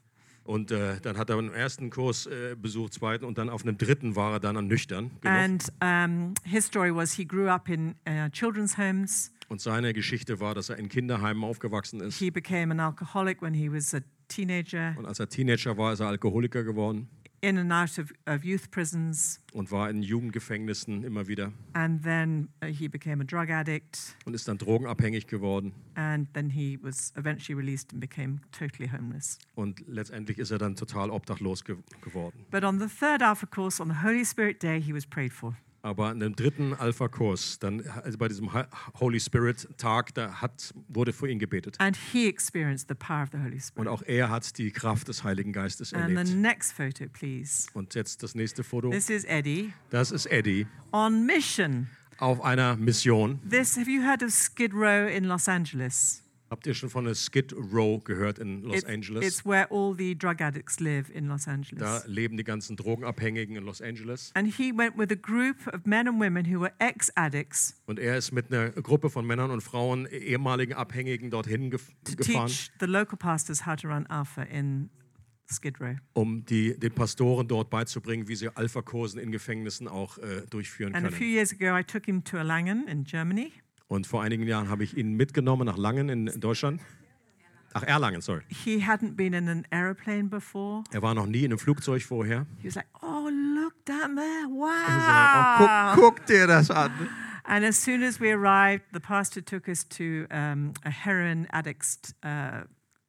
Und äh, dann hat er einen ersten Kurs äh, besucht, zweiten und dann auf einem dritten war er dann an nüchtern. genau. Genug. And um, his story was he grew up in uh, children's homes. Und seine Geschichte war, dass er in Kinderheimen aufgewachsen ist. He became an alcoholic when he was a teenager, Und als er Teenager war, ist er Alkoholiker geworden in and out of, of youth prisons, und war in Jugendgefängnissen immer wieder and then uh, he became a drug addict, und ist dann drogenabhängig geworden. and then he was eventually released and became totally homeless. Und letztendlich ist er dann total obdachlos ge geworden. But on the third Alpha course, on the Holy Spirit Day, he was prayed for. Aber an dem dritten Alpha-Kurs, dann also bei diesem Hi- Holy Spirit-Tag, da hat, wurde für ihn gebetet. And he experienced the power of the Holy Und Spirit. auch er hat die Kraft des Heiligen Geistes And the erlebt. next photo, please. Und jetzt das nächste Foto. This is Eddie Das ist Eddie on mission. auf einer Mission. This, have you heard of Skid Row in Los Angeles? Habt ihr schon von der Skid Row gehört in Los It's- Angeles? It's where all the drug addicts live in Los Da Angeles. leben die ganzen Drogenabhängigen in Los Angeles. And he went with a group of men and women who were ex addicts Und er ist mit einer Gruppe von Männern und Frauen, ehemaligen Abhängigen, dorthin gef to gefahren, teach the local pastors how to run Alpha in Skid Row. um die, den Pastoren dort beizubringen, wie sie Alpha-Kursen in Gefängnissen auch äh, durchführen And a few können. years ago, I took him to Erlangen in Germany. Und vor einigen Jahren habe ich ihn mitgenommen nach Langen in in Deutschland. Ach, Erlangen, sorry. He hadn't been in an aeroplane before. Er war noch nie in einem Flugzeug vorher. He was like, Oh, look down there. Ah. Wow. Guck, guck dir das an. And as soon as we arrived, the pastor took us to um, a heroin addicts uh,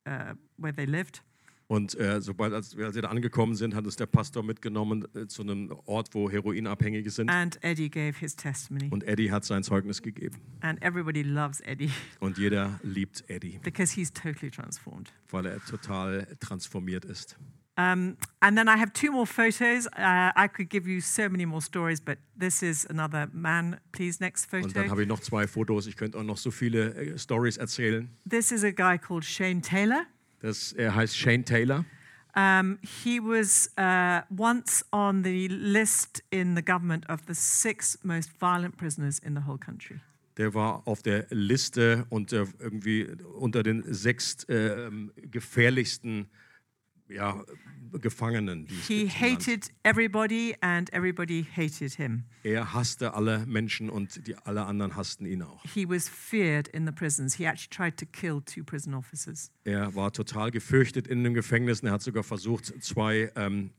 uh, where they lived. Und äh, sobald als wir, als wir da angekommen sind, hat uns der Pastor mitgenommen äh, zu einem Ort, wo Heroinabhängige sind. And Eddie gave his testimony. Und Eddie hat sein Zeugnis gegeben. And everybody loves Eddie Und jeder liebt Eddie, because he's totally transformed. weil er total transformiert ist. Um, and then I have two more photos. Uh, I could give you so many more stories, but this is another man. Please, next Und dann habe photo. ich noch zwei Fotos. Ich könnte auch noch so viele äh, Stories erzählen. This is a guy called Shane Taylor. Das, er heißt Shane Taylor. Um, he was uh, once on the list in the government of the six most violent prisoners in the whole country. Der war auf der Liste und äh, irgendwie unter den sechs äh, ähm, gefährlichsten ja, Gefangenen. Die es He gibt im Land. hated everybody, and everybody hated him. Er hasste alle Menschen und die alle anderen hassten ihn auch. He was feared in the prisons. He actually tried to kill two prison officers. Er war total gefürchtet in dem Gefängnis und er hat sogar versucht, zwei ähm,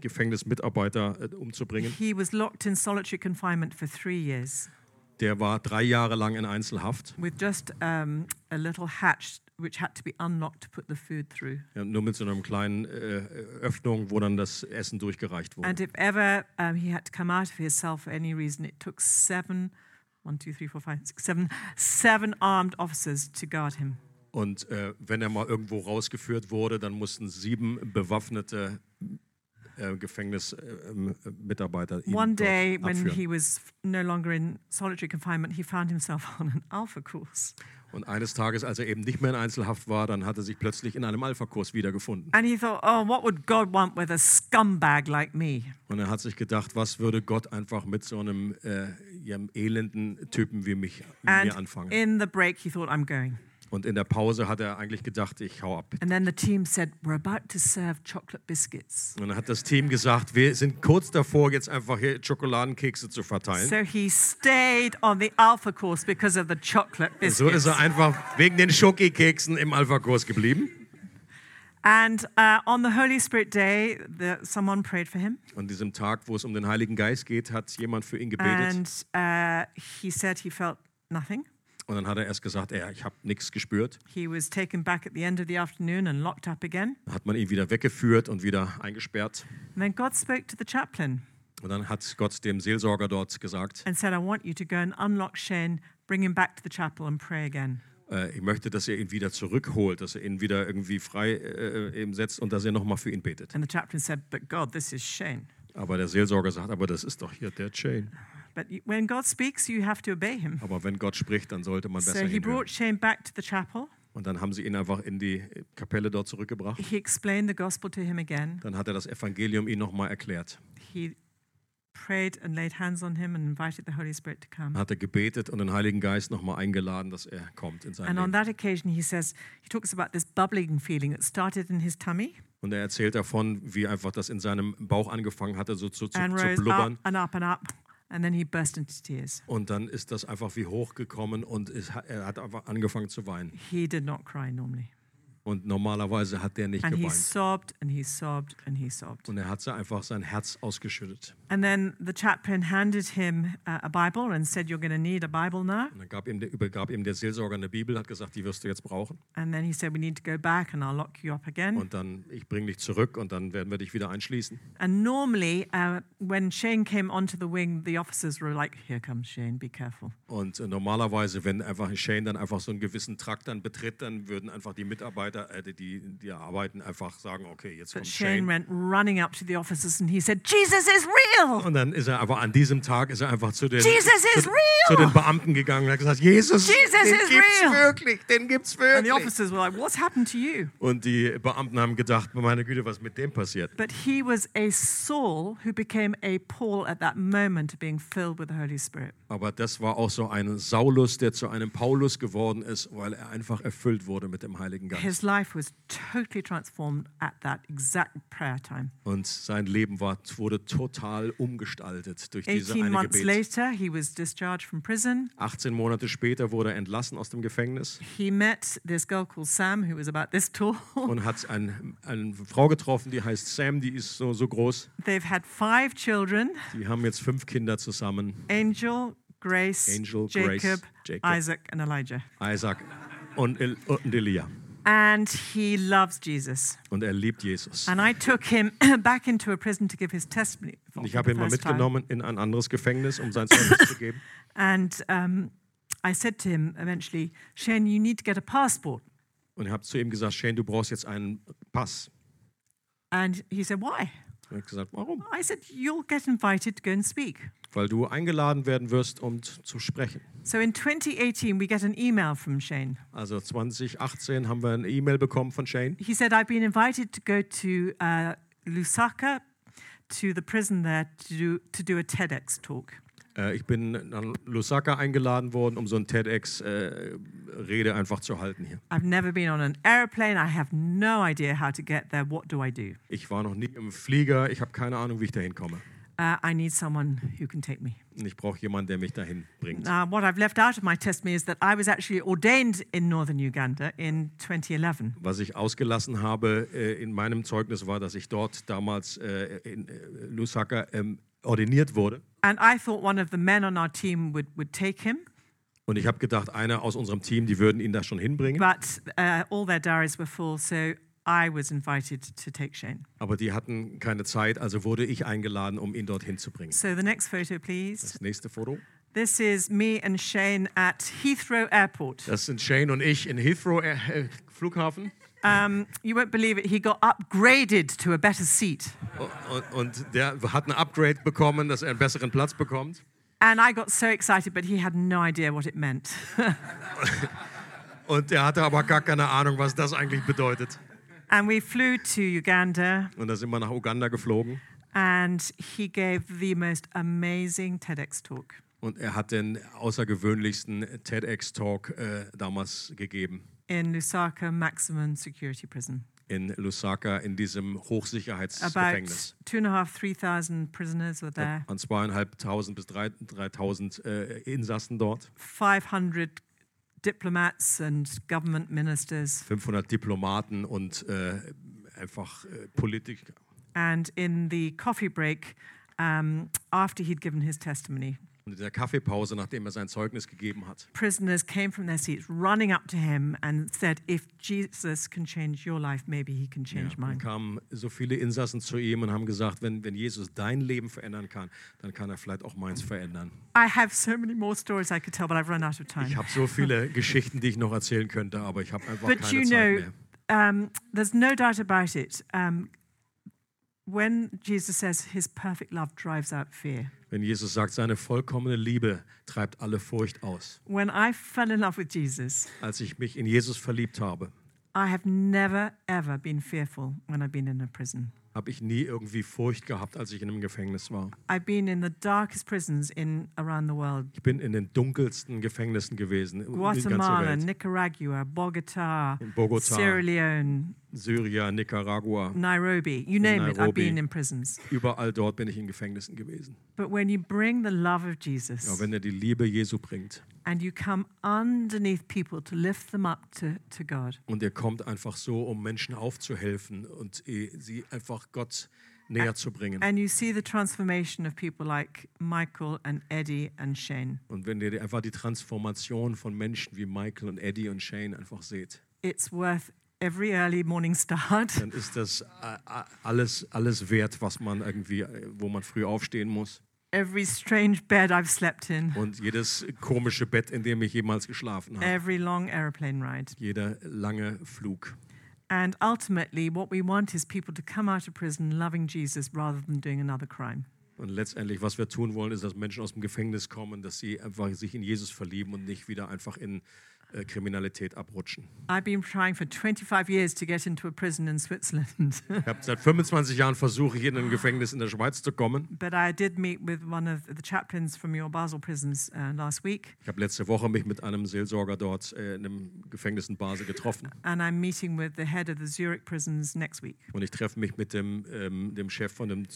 Gefängnismitarbeiter äh, umzubringen. He was locked in solitary confinement for three years Der war drei Jahre lang in Einzelhaft, with just um, a little hatch which had to be unlocked to put the food through. ja, nur mit so einer kleinen äh, Öffnung, wo dann das Essen durchgereicht wurde. And if ever um, he had to come out of his cell for any reason, it took seven, one, two, three, four, five, six, seven, seven armed officers to guard him. Und äh, wenn er mal irgendwo rausgeführt wurde, dann mussten sieben bewaffnete äh, Gefängnismitarbeiter ihn One dort day, when abführen. he was no longer in solitary confinement, he found himself on an alpha course. Und eines Tages, als er eben nicht mehr in Einzelhaft war, dann hat er sich plötzlich in einem Alpha-Kurs wiedergefunden. And he thought, oh, what would God want with a scumbag like me? Und er hat sich gedacht, was würde Gott einfach mit so einem äh, ihrem elenden Typen wie mich wie And mir anfangen? in the break, he thought, I'm going. Und in der Pause hat er eigentlich gedacht, ich hau ab. And then the team said, We're about to serve chocolate biscuits. Und dann hat das Team gesagt, wir sind kurz davor, jetzt einfach hier Schokoladenkekse zu verteilen. So he stayed on the alpha course because of the chocolate So biscuits. ist er einfach wegen den Schokikeksen im Alpha-Kurs geblieben. And uh, on the Holy Spirit Day, the, someone prayed for him. An diesem Tag, wo es um den Heiligen Geist geht, hat jemand für ihn gebetet. And uh, he said he felt nothing. Und dann hat er erst gesagt, ja, ich habe nichts gespürt. He was taken back at the end of the afternoon and locked up again. Dann hat man ihn wieder weggeführt und wieder eingesperrt. And then God spoke to the chaplain Und dann hat Gott dem Seelsorger dort gesagt, and said, I want you to go and unlock Shane, bring him back to the chapel and pray again. äh, ich möchte, dass ihr ihn wieder zurückholt, dass ihr ihn wieder irgendwie frei äh, eben setzt und dass ihr nochmal für ihn betet. And the chaplain said, But God, this is Shane. Aber der Seelsorger sagt, aber das ist doch hier der Jane. But you- when God speaks, you have to obey him. Aber wenn Gott spricht, dann sollte man besser So he hinhören. brought Shane back to the chapel. Und dann haben sie ihn einfach in die Kapelle dort zurückgebracht. He explained the gospel to him again. Dann hat er das Evangelium ihm nochmal erklärt. He prayed and laid hands on him and invited the Holy Spirit to come. Dann hat er gebetet und den Heiligen Geist nochmal eingeladen, dass er kommt in sein And on Leben. that occasion, he says, he talks about this bubbling feeling that started in his tummy Und er erzählt davon, wie einfach das in seinem Bauch angefangen hatte, so zu, zu, and zu rose up blubbern. and up and up. And then he burst into tears. Und dann ist das einfach wie hochgekommen und es, hat- er hat einfach angefangen zu weinen. He did not cry normally. Und normalerweise hat der nicht And he geweint. sobbed and he sobbed and he sobbed. Und er hat einfach sein Herz ausgeschüttet. And then the chaplain handed him uh, a Bible and said, You're going to need a Bible now. Und dann gab ihm der, übergab ihm der Seelsorger eine Bibel, hat gesagt, die wirst du jetzt brauchen. And then he said, We need to go back and I'll lock you up again. Und dann, ich bringe dich zurück und dann werden wir dich wieder einschließen. And normally, uh, when Shane came onto the wing, the officers were like, Here comes Shane, be careful. Und äh, normalerweise, wenn einfach Shane dann einfach so einen gewissen Trakt dann betritt, dann würden einfach die Mitarbeiter, äh, die- die, die arbeiten, einfach sagen, okay, jetzt But kommt Shane Shane. went running up to the officers and he said, Jesus is real! Und dann ist er aber an diesem Tag ist er einfach zu den, Jesus zu, is real! zu den Beamten gegangen und hat gesagt, Jesus, Jesus den is gibt's real! wirklich, den And gibt's the wirklich. officers were like, What's happened to you? Und die Beamten haben gedacht, meine Güte, was mit dem passiert. But he was a Saul who became a Paul at that moment, being filled with the Holy Spirit. Aber das war auch so ein Saulus, der zu einem Paulus geworden ist, weil er einfach erfüllt wurde mit dem Heiligen Geist. His life was totally transformed at that exact prayer time. Und sein Leben war, wurde total umgestaltet durch diese 18 eine months Gebet. later, he was discharged from prison. 18 Monate später wurde er entlassen aus dem Gefängnis He met this girl called Sam, who was about this tall. und hat ein, eine Frau getroffen, die heißt Sam, die ist so, so groß. They've had five children Die haben jetzt fünf Kinder zusammen, Angel, Grace, Angel, Grace, Jacob, Jacob. Isaac, and Elijah. Isaac und, El und Elia. And he loves Jesus. Und er liebt Jesus. And I took him back into a prison to give his testimony. for Und ich the habe ihn mal first time. mitgenommen in ein anderes Gefängnis, um sein Zeugnis zu geben. And um, I said to him eventually, Shane, you need to get a passport. Und habe zu ihm gesagt, Shane, du brauchst jetzt einen Pass. And he said, Why? Und ich habe gesagt, warum? I said, You'll get invited to go and speak. Weil du eingeladen werden wirst, um t- zu sprechen. So in 2018, we get an email from Shane. Also 2018 haben wir eine E-Mail bekommen von Shane. He said, I've been invited to go to uh, Lusaka, to the prison there, to do, to do a TEDx talk. Äh, ich bin nach Lusaka eingeladen worden, um so ein TEDx-Rede einfach zu halten hier. I've never been on an airplane. I have no idea how to get there. What do I do? Ich war noch nie im Flieger, ich habe keine Ahnung, wie ich dahin komme. Uh, I need someone who can take me. Und ich brauche jemanden, der mich dahin bringt. Uh, what I've left out of my testimony is that I was actually ordained in northern Uganda in 2011. Was ich ausgelassen habe äh, in meinem Zeugnis war, dass ich dort damals äh, in äh, Lusaka ähm, ordiniert wurde. And I thought one of the men on our team would, would take him, Und ich habe gedacht, einer aus unserem Team, die würden ihn da schon hinbringen. but uh, all their diaries were full, so I was invited to take Shane. Aber die hatten keine Zeit, also wurde ich eingeladen, um ihn dorthin zu bringen. So the next photo, please. Das nächste Foto. This is me and Shane at Heathrow Airport. Das sind Shane und ich in Heathrow äh, äh, Flughafen. Um, you won't believe it, he got upgraded to a better seat. Und, und der hat ein Upgrade bekommen, dass er einen besseren Platz bekommt. And I got so excited, but he had no idea what it meant. Und der hatte aber gar keine Ahnung, was das eigentlich bedeutet. And we flew to Uganda, Und da sind wir nach Uganda geflogen. and he gave the most amazing TEDx talk. Und er hat den außergewöhnlichsten TEDx-Talk äh, damals gegeben in Lusaka maximum security prison. in Lusaka, in diesem Hochsicherheitsgefängnis. About two and a half, three thousand prisoners were there. an zweieinhalbtausend bis drei- 3000 äh, Insassen dort, Five hundred diplomats and government ministers. 500 Diplomaten und äh, einfach äh, Politiker. And in the coffee break, um, after he'd given his testimony, Und in der Kaffeepause, nachdem er sein Zeugnis gegeben hat, prisoners came from their seats running up to him and said, If Jesus can change your life, maybe he can change dann mine. kamen so viele Insassen zu ihm und haben gesagt, wenn, wenn Jesus dein Leben verändern kann, dann kann er vielleicht auch meins verändern. I have so many more stories I could tell, but I've run out of Ich time. habe so viele Geschichten, die ich noch erzählen könnte, aber ich habe einfach But keine you Zeit know, mehr. um, there's no doubt about it. Um, when Jesus says his perfect love drives out fear, Wenn Jesus sagt, seine vollkommene Liebe treibt alle Furcht aus. when I fell in love with Jesus, Als ich mich in Jesus verliebt habe, I have never, ever been fearful when I've been in a prison. habe ich nie irgendwie Furcht gehabt, als ich in einem Gefängnis war. I've been in the darkest prisons in around the world. Ich bin in den dunkelsten Gefängnissen gewesen in der ganzen Guatemala, ne? Welt. Nicaragua, Bogota, In Bogota. Sierra Leone, Syrien, Nicaragua, Nairobi, you name it, I've Nairobi. been in prisons. überall dort bin ich in Gefängnissen gewesen. But when you bring the love of Jesus Aber wenn er die Liebe Jesu bringt and you come underneath people to lift them up to, to God, und er kommt einfach so, um Menschen aufzuhelfen und eh, sie einfach Gott näher zu bringen. and you see the transformation of people like Michael and Eddie and Shane, Und wenn ihr die- einfach die Transformation von Menschen wie Michael und Eddie und Shane einfach seht, it's worth every early morning start. dann ist das äh, äh, alles, alles wert, was man irgendwie, äh, wo man früh aufstehen muss. every strange bed I've slept in, Und jedes komische Bett, in dem ich jemals geschlafen habe. every long aeroplane ride. Jeder lange Flug. And ultimately, what we want is people to come out of prison loving Jesus rather than doing another crime. Und letztendlich, was wir tun wollen, ist, dass Menschen aus dem Gefängnis kommen, dass sie einfach sich in Jesus verlieben und nicht wieder einfach in äh, Kriminalität abrutschen. I've been trying for 25 years to get into a prison in Switzerland, Ich habe seit 25 Jahren versucht, hier in ein Gefängnis in der Schweiz zu kommen. but I did meet with one of the chaplains from your Basel prisons uh, last week, Ich habe letzte Woche mich mit einem Seelsorger dort äh, in einem Gefängnis in Basel getroffen. and I'm meeting with the head of the Zurich prisons next week. Und ich treffe mich mit dem, ähm, dem Chef von dem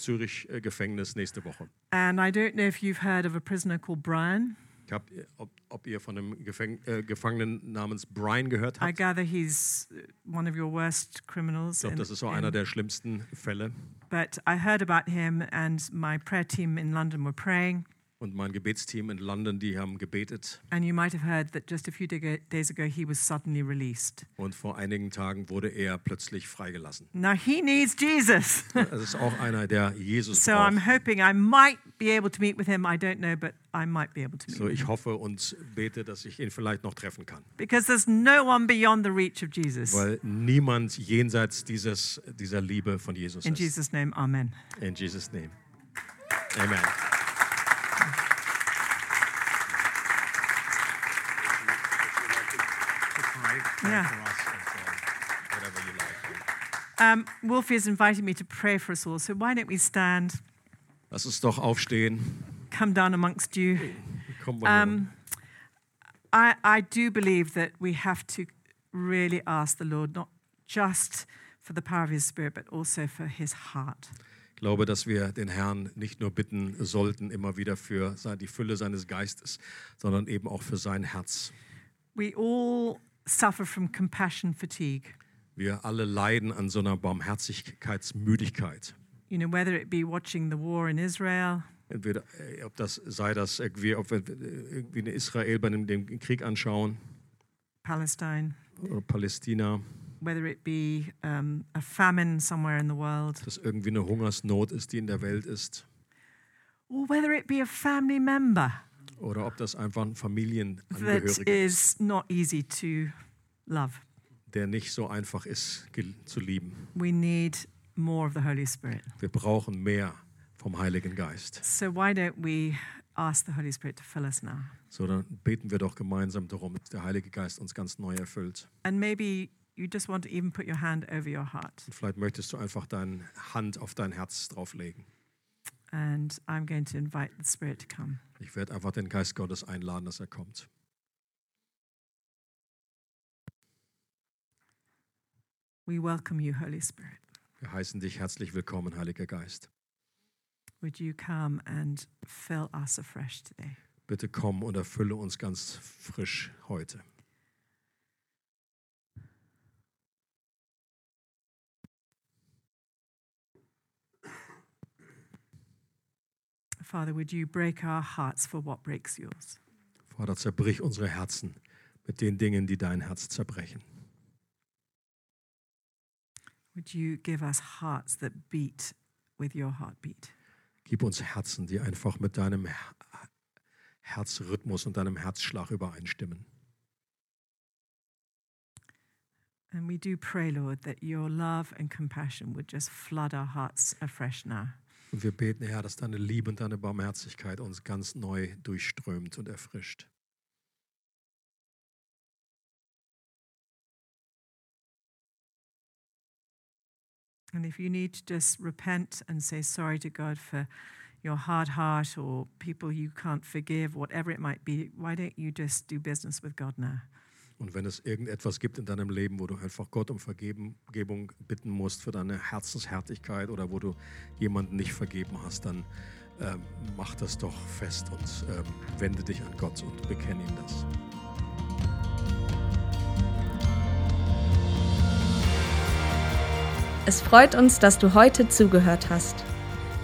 Zürich-Gefängnis nächste Woche. And I don't know if you've heard of a prisoner called Brian. Ich hab, äh, ob, ob ihr von einem Gefäng äh, Gefangenen namens Brian gehört I habt. gather he's uh, one of your worst criminals. Ich glaube, in- das ist so in- einer der schlimmsten Fälle. But I heard about him, and my prayer team in London were praying. Und mein Gebetsteam in London, die haben gebetet. And you might have heard that just a few dig- days ago, he was suddenly released. Und vor einigen Tagen wurde er plötzlich freigelassen. Now he needs Jesus. Das ist auch einer, der Jesus so I'm braucht. hoping I might be able to meet with him. I don't know, but I might be able to meet So, him. ich hoffe und bete, dass ich ihn vielleicht noch treffen kann. Because there's no one beyond the reach of Jesus. Weil niemand jenseits dieses, dieser Liebe von Jesus In ist. Jesus' name, amen. In Jesus' name. Amen. Yeah. Um, Wolfie has invited me to pray for us all. So why don't we stand, Lass uns doch aufstehen. come down amongst you? Um, Komm mal Ähm, hier runter. I, I do believe that we have to really ask the Lord not just for the power of his spirit, but also for his heart. ich glaube, dass wir den Herrn nicht nur bitten sollten, immer wieder für se- die Fülle seines Geistes, sondern eben auch für sein Herz. We all suffer from compassion fatigue. Wir alle leiden an so einer Barmherzigkeitsmüdigkeit. You know, whether it be watching the war in Israel, Entweder, äh, ob das sei das irgendwie, ob wir äh, irgendwie in Israel bei dem, dem Krieg anschauen Palestine, oder Palästina, whether it be um, a famine somewhere in the world, dass irgendwie eine Hungersnot ist, die in der Welt ist, or whether it be a family member oder ob das einfach ein that Familienangehöriger ist, is not easy to love. der nicht so einfach ist gel- zu lieben. We need more of the Holy Spirit. Wir brauchen mehr vom Heiligen Geist. So, why don't we ask the Holy Spirit to fill us now? So, dann beten wir doch gemeinsam darum, dass der Heilige Geist uns ganz neu erfüllt. And maybe you just want to even put your hand over your heart. Und vielleicht möchtest du einfach deine Hand auf dein Herz drauflegen. And I'm going to invite the Spirit to come. Ich werde einfach den Geist Gottes einladen, dass er kommt. We welcome you, Holy Spirit. Wir heißen dich herzlich willkommen, Heiliger Geist. Would you come and fill us afresh today? Bitte komm und erfülle uns ganz frisch heute. Father, would you break our hearts for what breaks yours? Vater, zerbrich unsere Herzen mit den Dingen, die dein Herz zerbrechen. Would you give us hearts that beat with your heartbeat? Gib uns Herzen, die einfach mit deinem Her- Herzrhythmus und deinem Herzschlag übereinstimmen. And we do pray, Lord, that your love and compassion would just flood our hearts afresh now. Und wir beten, Herr, dass deine Liebe und deine Barmherzigkeit uns ganz neu durchströmt und erfrischt. And if you need to just repent and say sorry to God for your hard heart or people you can't forgive, whatever it might be, why don't you just do business with God now? Und wenn es irgendetwas gibt in deinem Leben, wo du einfach Gott um Vergeben- Vergebung bitten musst für deine Herzenshärtigkeit oder wo du jemanden nicht vergeben hast, dann ähm, mach das doch fest und ähm, wende dich an Gott und bekenne ihm das. Es freut uns, dass du heute zugehört hast.